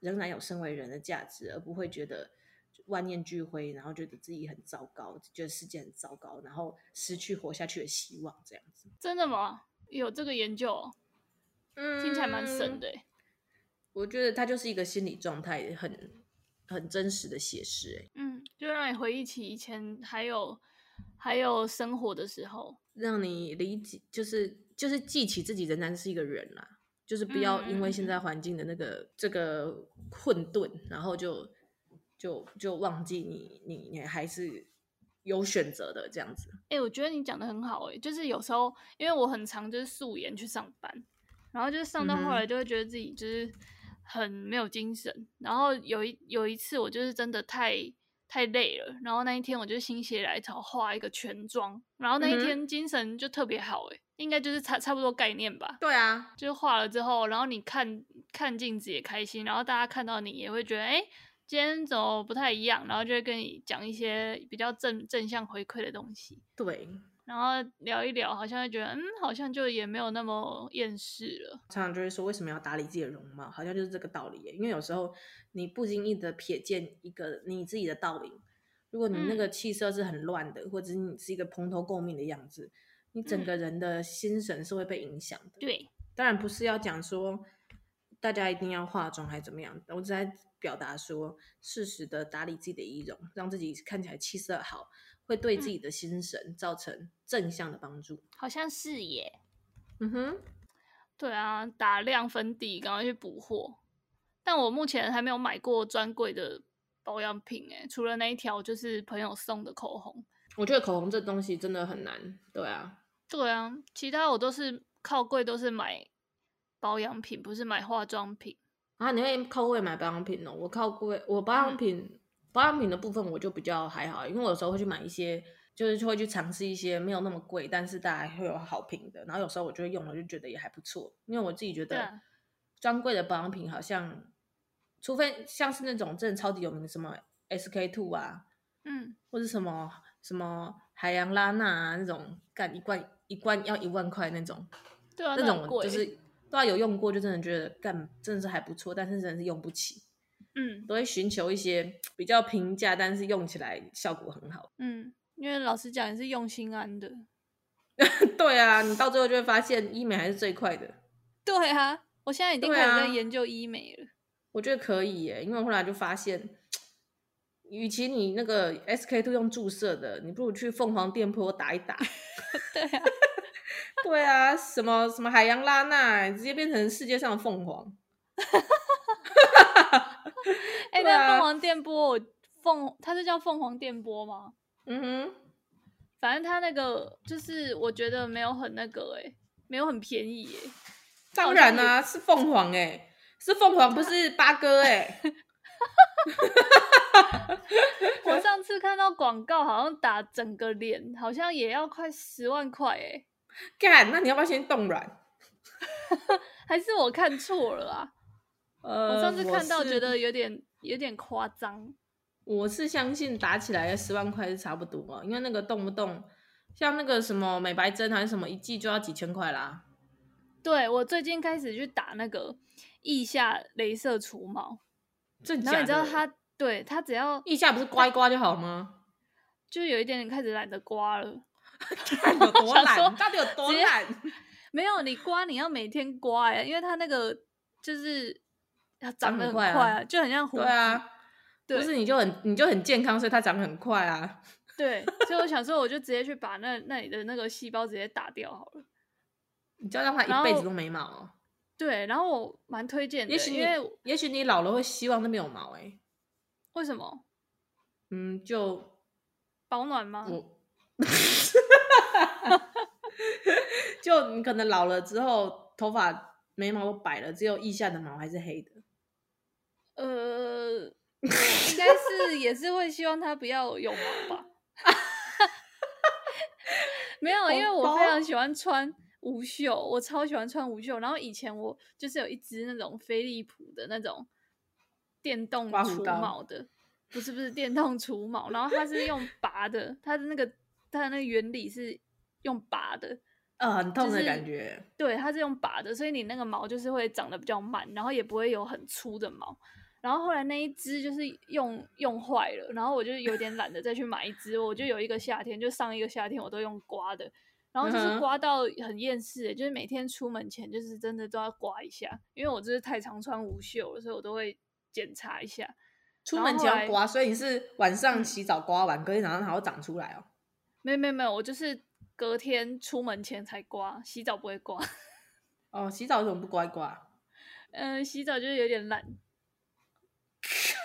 Speaker 1: 仍然有身为人的价值，而不会觉得万念俱灰，然后觉得自己很糟糕，觉得世界很糟糕，然后失去活下去的希望，这样子。
Speaker 2: 真的吗？有这个研究哦、
Speaker 1: 嗯
Speaker 2: 听起来蛮神的、欸。
Speaker 1: 我觉得它就是一个心理状态很很真实的写实、欸，
Speaker 2: 嗯，就让你回忆起以前还有还有生活的时候。
Speaker 1: 让你理解，就是就是记起自己仍然是一个人啦、就是不要因
Speaker 2: 嗯
Speaker 1: 为现在环境的那个、这个混沌，然后就就就忘记你你你还是有选择的这样子。
Speaker 2: 哎、我觉得你讲的很好、欸，哎，就是有时候因为我很常就是素颜去上班，然后就是上到
Speaker 1: 嗯
Speaker 2: 后
Speaker 1: 哼
Speaker 2: 来就会觉得自己就是很没有精神。然后有一有一次我就是真的太太累了，然后那一天我就心血来潮画一个全妆，然后那一
Speaker 1: 嗯哼
Speaker 2: 天精神就特别好、欸，哎，应该就是差差不多概念吧。
Speaker 1: 对啊，
Speaker 2: 就是画了之后，然后你看看镜子也开心，然后大家看到你也会觉得，哎、今天怎么不太一样，然后就会跟你讲一些比较正正向回馈的东西，
Speaker 1: 对，
Speaker 2: 然后聊一聊，好像会觉得，嗯，好像就也没有那么厌世了。
Speaker 1: 常常就会说，为什么要打理自己的容貌？好像就是这个道理耶。因为有时候你不经意的瞥见一个你自己的倒影，如果你那
Speaker 2: 嗯
Speaker 1: 个气色是很乱的，或者是你是一个蓬头垢面的样子，你整
Speaker 2: 嗯
Speaker 1: 个人的心神是会被影响的。
Speaker 2: 对，
Speaker 1: 当然不是要讲说大家一定要化妆还怎么样，我只在表达说适时的打理自己的仪容，让自己看起来气色好，会对自
Speaker 2: 嗯
Speaker 1: 己的心神造成正向的帮助。
Speaker 2: 好像是耶。
Speaker 1: 嗯哼，
Speaker 2: 对啊，打亮粉底，赶快去补货。但我目前还没有买过专柜的保养品，哎，除了那一条就是朋友送的口红。
Speaker 1: 我觉得口红这东西真的很难，对啊。
Speaker 2: 对啊，其他我都是靠柜都是买保养品，不是买化妆品。
Speaker 1: 啊，你会靠柜买保养品哦？我靠柜，我保
Speaker 2: 嗯
Speaker 1: 养品、保养品的部分我就比较还好，因为我有时候会去买一些，就是会去尝试一些没有那么贵，但是大家会有好评的。然后有时候我就会用了，就觉得也还不错，因为我自己觉
Speaker 2: 对
Speaker 1: 得
Speaker 2: 啊
Speaker 1: 专柜的保养品好像，除非像是那种真的超级有名的什么 SK two 啊，
Speaker 2: 嗯，
Speaker 1: 或是什么什么海洋拉娜啊那种，干一罐一罐要一万块那种，
Speaker 2: 对啊，
Speaker 1: 那
Speaker 2: 很
Speaker 1: 种
Speaker 2: 贵
Speaker 1: 就是对啊有用过，就真的觉得干真的是还不错，但是真的是用不起。
Speaker 2: 嗯
Speaker 1: 都会寻求一些比较平价，但是用起来效果很好。 [LAUGHS]
Speaker 2: 嗯，因为老实讲也是用心安的。 [LAUGHS]
Speaker 1: 对啊，你到最后就会发现医美还是最快的。
Speaker 2: 对啊，我现在已经
Speaker 1: 对
Speaker 2: 开始在
Speaker 1: 啊
Speaker 2: 研究医美了。 [LAUGHS]
Speaker 1: 我觉得可以耶，因为我后来就发现，与其你那个 SK two 用注射的，你不如去凤凰电波打一 [LAUGHS] 打。
Speaker 2: 对啊，
Speaker 1: 对啊，什么什么海洋拉娜，直接变成世界上的凤凰。
Speaker 2: 哎、
Speaker 1: 对
Speaker 2: 那凤
Speaker 1: 啊
Speaker 2: 凰电波，我凤它是叫凤凰电波吗？
Speaker 1: 嗯哼，
Speaker 2: 反正它那个就是我觉得没有很那个哎、没有很便宜哎、
Speaker 1: 当然啦、是凤凰哎，是凤凰，不是八哥哎。
Speaker 2: 我上次看到广告，好像打整个脸，好像也要快十万块哎、
Speaker 1: 干，那你要不要先冻卵？
Speaker 2: 还是我看错了啊？
Speaker 1: 呃，
Speaker 2: 我上次看到
Speaker 1: 是
Speaker 2: 觉得有点有点夸张。
Speaker 1: 我是相信打起来十万块是差不多啊，因为那个动不动像那个什么美白针还是什么，一剂就要几千块啦。
Speaker 2: 对我最近开始去打那个腋下镭射除毛，
Speaker 1: 真
Speaker 2: 然后你知道
Speaker 1: 他
Speaker 2: 它对它只要
Speaker 1: 腋下不是刮一刮就
Speaker 2: [LAUGHS]
Speaker 1: 好吗？
Speaker 2: 就有一点点开始懒得刮了，
Speaker 1: 有多
Speaker 2: 想说
Speaker 1: 懒？到底有多
Speaker 2: 直接
Speaker 1: 懒？
Speaker 2: 没有你刮你要每天刮欸呀、因为它那个就是它长得很
Speaker 1: 很快
Speaker 2: 快
Speaker 1: 啊
Speaker 2: 啊，就很像胡
Speaker 1: 对
Speaker 2: 子。
Speaker 1: 啊，
Speaker 2: 对
Speaker 1: 不是你就很你就很健康，所以它长很快啊。
Speaker 2: 对，所以我想说，我就直接去把那那里的那个细胞直接打掉好了。
Speaker 1: 你就要让它
Speaker 2: 然
Speaker 1: 一辈
Speaker 2: 后
Speaker 1: 子都没毛哦。
Speaker 2: 对，然后我蛮推荐的，欸
Speaker 1: 也许你
Speaker 2: 因为
Speaker 1: 也许你老了会希望那边有毛哎、
Speaker 2: 为什么
Speaker 1: 嗯，就
Speaker 2: 保暖吗？
Speaker 1: 我， [LAUGHS] 就你可能老了之后，头发眉毛都白了，只有腋下的毛还是黑的。
Speaker 2: 呃，应该是也是会希望他不要有毛吧。没有，啊因为我非常喜欢穿无袖，我超喜欢穿无袖。然后以前我就是有一只那种飞利浦的那种电动
Speaker 1: 刮胡
Speaker 2: 除
Speaker 1: 刀
Speaker 2: 毛的，不是不是电动除毛，然后它是用拔的，它的那个它的那个原理是用拔的，
Speaker 1: 呃，很痛
Speaker 2: 就
Speaker 1: 的
Speaker 2: 是
Speaker 1: 感觉。
Speaker 2: 对，它是用拔的，所以你那个毛就是会长得比较慢，然后也不会有很粗的毛。然后后来那一只就是用用坏了，然后我就有点懒得再去买一只，我就有一个夏天，就上一个夏天我都用刮的，然后就
Speaker 1: 嗯
Speaker 2: 是
Speaker 1: 哼
Speaker 2: 刮到很厌世欸、就是每天出门前就是真的都要刮一下，因为我就是太常穿无袖了，所以我都会检查一下。
Speaker 1: 出
Speaker 2: 然后
Speaker 1: 门
Speaker 2: 后
Speaker 1: 前要
Speaker 2: 来
Speaker 1: 刮，所以你是晚上
Speaker 2: 嗯
Speaker 1: 洗澡刮完，隔天早上它会长出来哦。
Speaker 2: 没有没有没有，我就是隔天出门前才刮，洗澡不会刮。
Speaker 1: 哦，洗澡为什么不刮一啊刮？
Speaker 2: 嗯，洗澡就是有点懒，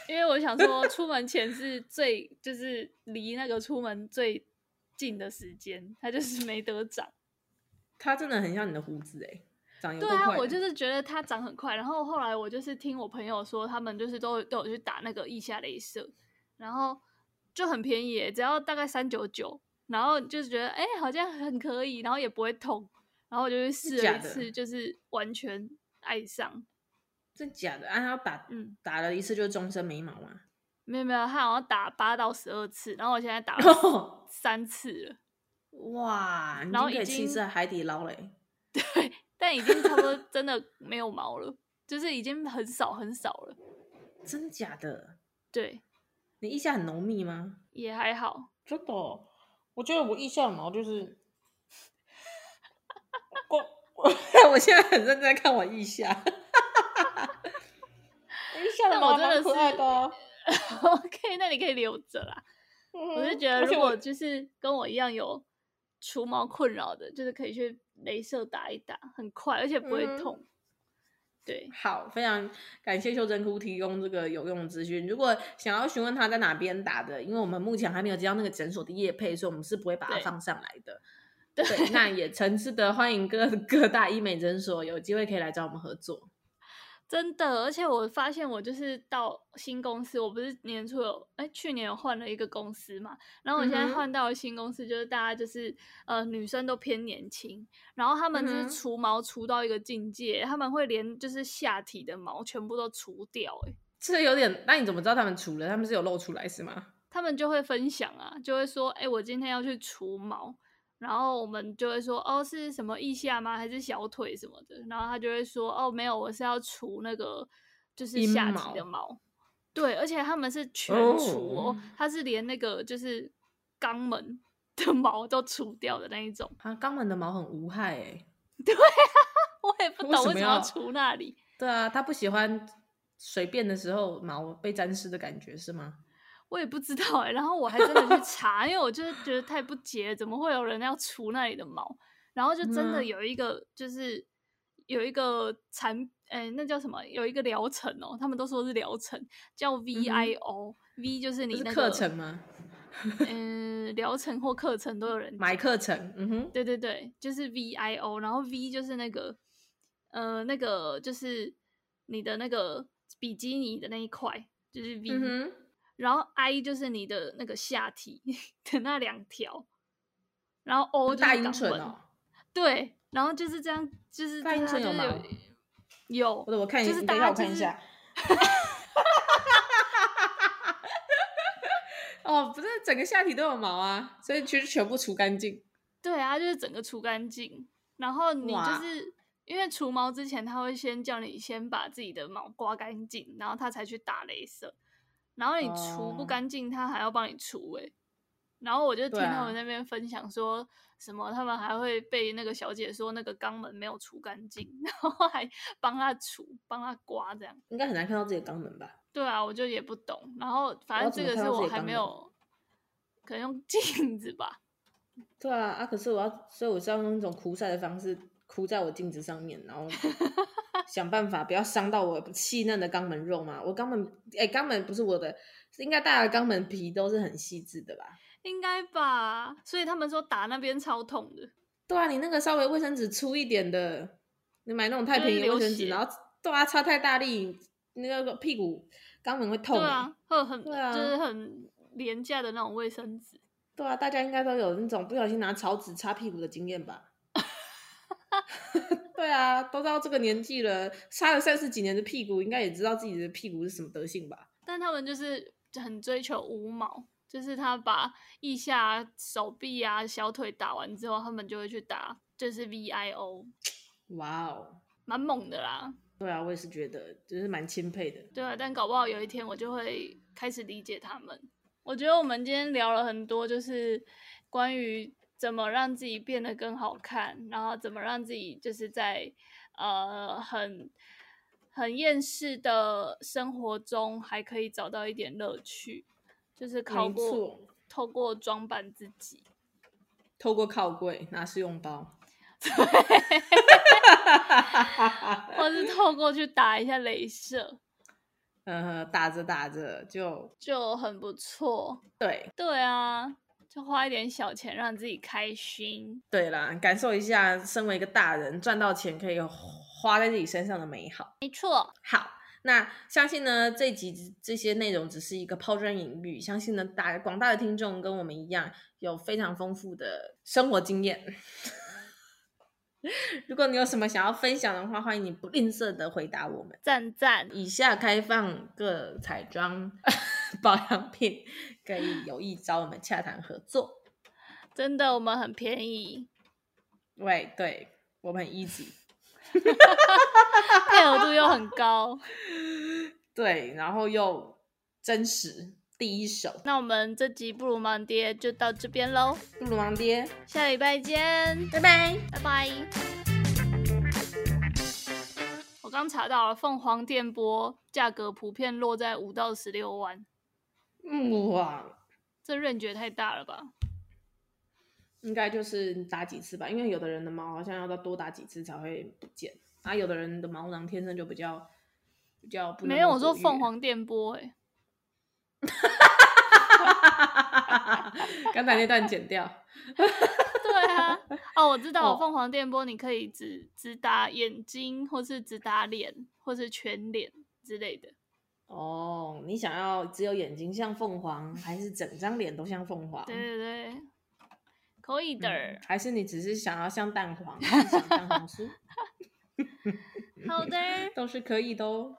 Speaker 2: 因为我想说出门前是最就是离那个出门最近的时间，它就是没得长。
Speaker 1: 它真的很像你的胡子哎，长得
Speaker 2: 对
Speaker 1: 有够
Speaker 2: 啊，
Speaker 1: 快
Speaker 2: 我
Speaker 1: 的。
Speaker 2: 就是觉得它长很快，然后后来我就是听我朋友说，他们就是都有都有去打那个腋下镭射，然后就很便宜耶，只要大概三九九，然后就是觉得哎、好像很可以，然后也不会痛，然后我就去试
Speaker 1: 假
Speaker 2: 了一
Speaker 1: 的
Speaker 2: 次，就是完全爱上，
Speaker 1: 真假的？啊，他打
Speaker 2: 嗯。
Speaker 1: 打了一次就是终身没毛嘛。
Speaker 2: 没有没有，他好像打八到十二次，然后我现在
Speaker 1: [LAUGHS]
Speaker 2: 打了
Speaker 1: 哦
Speaker 2: 三次了，
Speaker 1: 哇，
Speaker 2: 啊
Speaker 1: 你
Speaker 2: 然后
Speaker 1: 已经可以
Speaker 2: 已
Speaker 1: 吃一
Speaker 2: 经
Speaker 1: 次海底捞欸嘞。
Speaker 2: 但已经差不
Speaker 1: [LAUGHS]
Speaker 2: 多真的没有毛了，就是已经很少很少了。
Speaker 1: 真假的？
Speaker 2: 对，
Speaker 1: 你腋下很浓密吗？
Speaker 2: 也还好， [LAUGHS]
Speaker 1: 真的哦，我觉得我腋下毛就是，我 [LAUGHS] 我我现在很认真在看我腋下，我腂下
Speaker 2: 但
Speaker 1: 的
Speaker 2: 我
Speaker 1: 毛还
Speaker 2: 真的
Speaker 1: 蛮可爱的啊、
Speaker 2: OK，那你可以留着啦。我是
Speaker 1: 嗯
Speaker 2: 觉得
Speaker 1: 而且
Speaker 2: 如
Speaker 1: 我
Speaker 2: 果就是跟我一样有除毛困扰的，就是可以去镭射打一打，很快，而且不会
Speaker 1: 嗯哼
Speaker 2: 痛。对，
Speaker 1: 好，非常感谢秀珍菇提供这个有用的资讯。如果想要询问他在哪边打的，因为我们目前还没有接到那个诊所的业配，所以我们是不会把它
Speaker 2: 对
Speaker 1: 放上来的。
Speaker 2: 对
Speaker 1: 对，那也诚挚的欢迎各各大医美诊所有机会可以来找我们合作。
Speaker 2: 真的，而且我发现我就是到新公司，我不是年初有哎，去年有换了一个公司嘛，然后我现
Speaker 1: 嗯
Speaker 2: 在
Speaker 1: 哼
Speaker 2: 换到了新公司，就是大家就是呃女生都偏年轻，然后他们就
Speaker 1: 嗯哼
Speaker 2: 是除毛除到一个境界，他们会连就是下体的毛全部都除掉、哎，
Speaker 1: 这有点，那你怎么知道他们除了？他们是有露出来是吗？
Speaker 2: 他们就会分享啊，就会说，哎、我今天要去除毛，然后我们就会说，哦，是什么腋下吗？还是小腿什么的？然后他就会说，哦，没有，我是要除那个就是
Speaker 1: 阴
Speaker 2: 下
Speaker 1: 毛
Speaker 2: 体的毛。对，而且他们是全除哦，
Speaker 1: 哦
Speaker 2: 他是连那个就是肛门的毛都除掉的那一种。
Speaker 1: 啊，肛门的毛很无害哎、
Speaker 2: 欸我也不
Speaker 1: 为
Speaker 2: 懂
Speaker 1: 什
Speaker 2: 为什
Speaker 1: 么
Speaker 2: 么要
Speaker 1: 要
Speaker 2: 除那里。
Speaker 1: 对啊，他不喜欢随便的时候毛被沾湿的感觉是吗？
Speaker 2: 我也不知道哎、然后我还真的去查，因为我就是觉得太不解了，怎么会有人要除那里的毛？然后就真的
Speaker 1: 嗯
Speaker 2: 有一个，就是有一个产，哎、那叫什么？有一个疗程哦，他们都说是疗程，叫 VIO，V、V 就是
Speaker 1: 这
Speaker 2: 你
Speaker 1: 嗯是
Speaker 2: 那个
Speaker 1: 课程，吗？
Speaker 2: 嗯，疗程或课程都有人
Speaker 1: 买
Speaker 2: 讲
Speaker 1: 课程，嗯哼，
Speaker 2: 对对对，就是 VIO，然后 V 就是那个，呃，那个就是你的那个比基尼的那一块，就是 V，、
Speaker 1: 嗯哼。
Speaker 2: 然后 I 就是你的那个下体的那两条，然后 O 就是
Speaker 1: 大阴
Speaker 2: 肛
Speaker 1: 唇
Speaker 2: 门
Speaker 1: 哦，
Speaker 2: 对，然后就是这样，就是
Speaker 1: 大阴唇有
Speaker 2: 有
Speaker 1: 毛
Speaker 2: 有
Speaker 1: 或者我看一，
Speaker 2: 就是
Speaker 1: 你
Speaker 2: 大
Speaker 1: 等一
Speaker 2: 家
Speaker 1: 下我看一
Speaker 2: 就是
Speaker 1: 下。 [LAUGHS] 哦，不是整个下体都有毛啊，所以其实全部除干净。
Speaker 2: 对啊，就是整个除干净，然后你就
Speaker 1: 哇
Speaker 2: 是因为除毛之前，他会先叫你先把自己的毛刮干净，然后他才去打镭射，然后你除不
Speaker 1: 哦
Speaker 2: 干净，他还要帮你除哎、然后我就听
Speaker 1: 对
Speaker 2: 他
Speaker 1: 啊
Speaker 2: 们那边分享说什么，他们还会被那个小姐说那个肛门没有除干净， [LAUGHS] 然后还帮她除、帮她刮这样。
Speaker 1: 应该很难看到自己的肛门吧？
Speaker 2: 对啊，我就也不懂。然后反
Speaker 1: 我要
Speaker 2: 正
Speaker 1: 怎
Speaker 2: 这个
Speaker 1: 么
Speaker 2: 是
Speaker 1: 看到自
Speaker 2: 我
Speaker 1: 己
Speaker 2: 还
Speaker 1: 肛
Speaker 2: 没
Speaker 1: 门
Speaker 2: 有，可能用镜子吧。
Speaker 1: 对啊，啊，可是我要，所以我是要用一种哭晒的方式哭在我镜子上面，
Speaker 2: [LAUGHS]
Speaker 1: 然后想办法不要伤到我细嫩的肛门肉嘛。我肛门，哎、肛门不是我的，是应该大家的肛门皮都是很细致的吧？
Speaker 2: 应该吧，所以他们说打那边超痛的，
Speaker 1: 对啊，你那个稍微卫生纸粗一点的，你买那种太便宜的
Speaker 2: 就是流
Speaker 1: 卫生纸，
Speaker 2: 血
Speaker 1: 然后对啊，擦太大力，那个屁股肛门会痛、
Speaker 2: 对
Speaker 1: 欸
Speaker 2: 啊，会有很、
Speaker 1: 对啊
Speaker 2: 就是很廉价的那种卫生纸。
Speaker 1: 对啊，大家应该都有那种不小心拿草纸擦屁股的经验吧？ [LAUGHS] 对啊，都到这个年纪了，擦了三十几年的屁股，应该也知道自己的屁股是什么德性吧？
Speaker 2: 但他们就是很追求无毛，就是他把腋下、手臂啊、小腿打完之后，他们就会去打就是 VIO，
Speaker 1: 哇哦，
Speaker 2: 蛮猛的啦。
Speaker 1: 对啊，我也是觉得，就是蛮钦佩的。
Speaker 2: 对啊，但搞不好有一天我就会开始理解他们。我觉得我们今天聊了很多，就是关于怎么让自己变得更好看，然后怎么让自己就是在呃很很厌世的生活中还可以找到一点乐趣，就是靠
Speaker 1: 没
Speaker 2: 过
Speaker 1: 错
Speaker 2: 透过装扮自己。
Speaker 1: 透过靠柜拿试用包，
Speaker 2: 或是透过去打一下镭射，
Speaker 1: 呃，打着打着就
Speaker 2: 就很不错。
Speaker 1: 对
Speaker 2: 对啊，就花一点小钱让自己开心。
Speaker 1: 对啦，感受一下身为一个大人赚到钱可以花在自己身上的美好。
Speaker 2: 没错，
Speaker 1: 好，那相信呢这集只这些内容只是一个抛砖引玉，相信呢大广大的听众跟我们一样有非常丰富的生活经验。 [LAUGHS] 如果你有什么想要分享的话，欢迎你不吝啬的回答我们。
Speaker 2: 赞赞，
Speaker 1: 以下开放各彩妆 [LAUGHS] 保养品，可以有意找我们洽谈合作。
Speaker 2: 真的我们很便宜，
Speaker 1: 喂，对我们很 easy。
Speaker 2: 配合度又很高。
Speaker 1: 对，然后又真实，第一手。
Speaker 2: 那我们这集不如忙爹就到这边喽，
Speaker 1: 布鲁芒爹，
Speaker 2: 下礼拜见，
Speaker 1: 拜拜。
Speaker 2: 拜拜。我刚查到了，凤凰电波价格普遍落在五到十六万，
Speaker 1: 嗯哇，
Speaker 2: 这润觉太大了吧？
Speaker 1: 应该就是你打几次吧，因为有的人的毛好像要到多打几次才会不见，啊，有的人的毛囊天生就比较比较不能
Speaker 2: 没有，
Speaker 1: 够
Speaker 2: 我说
Speaker 1: 过
Speaker 2: 凤
Speaker 1: 誉。
Speaker 2: 凰电波、欸，
Speaker 1: [LAUGHS]
Speaker 2: 哎，
Speaker 1: 刚才那段剪掉，
Speaker 2: 对啊，哦，我知道，
Speaker 1: 哦
Speaker 2: 凤凰电波你可以只只打眼睛，或是只打脸，或是全脸之类的。
Speaker 1: 哦，你想要只有眼睛像凤凰，还是整张脸都像凤凰？
Speaker 2: 对对对，可以的。
Speaker 1: 嗯还是你只是想要像蛋黄，还是像 [LAUGHS] 蛋黄酥，
Speaker 2: 好的。
Speaker 1: 都是可以的哦。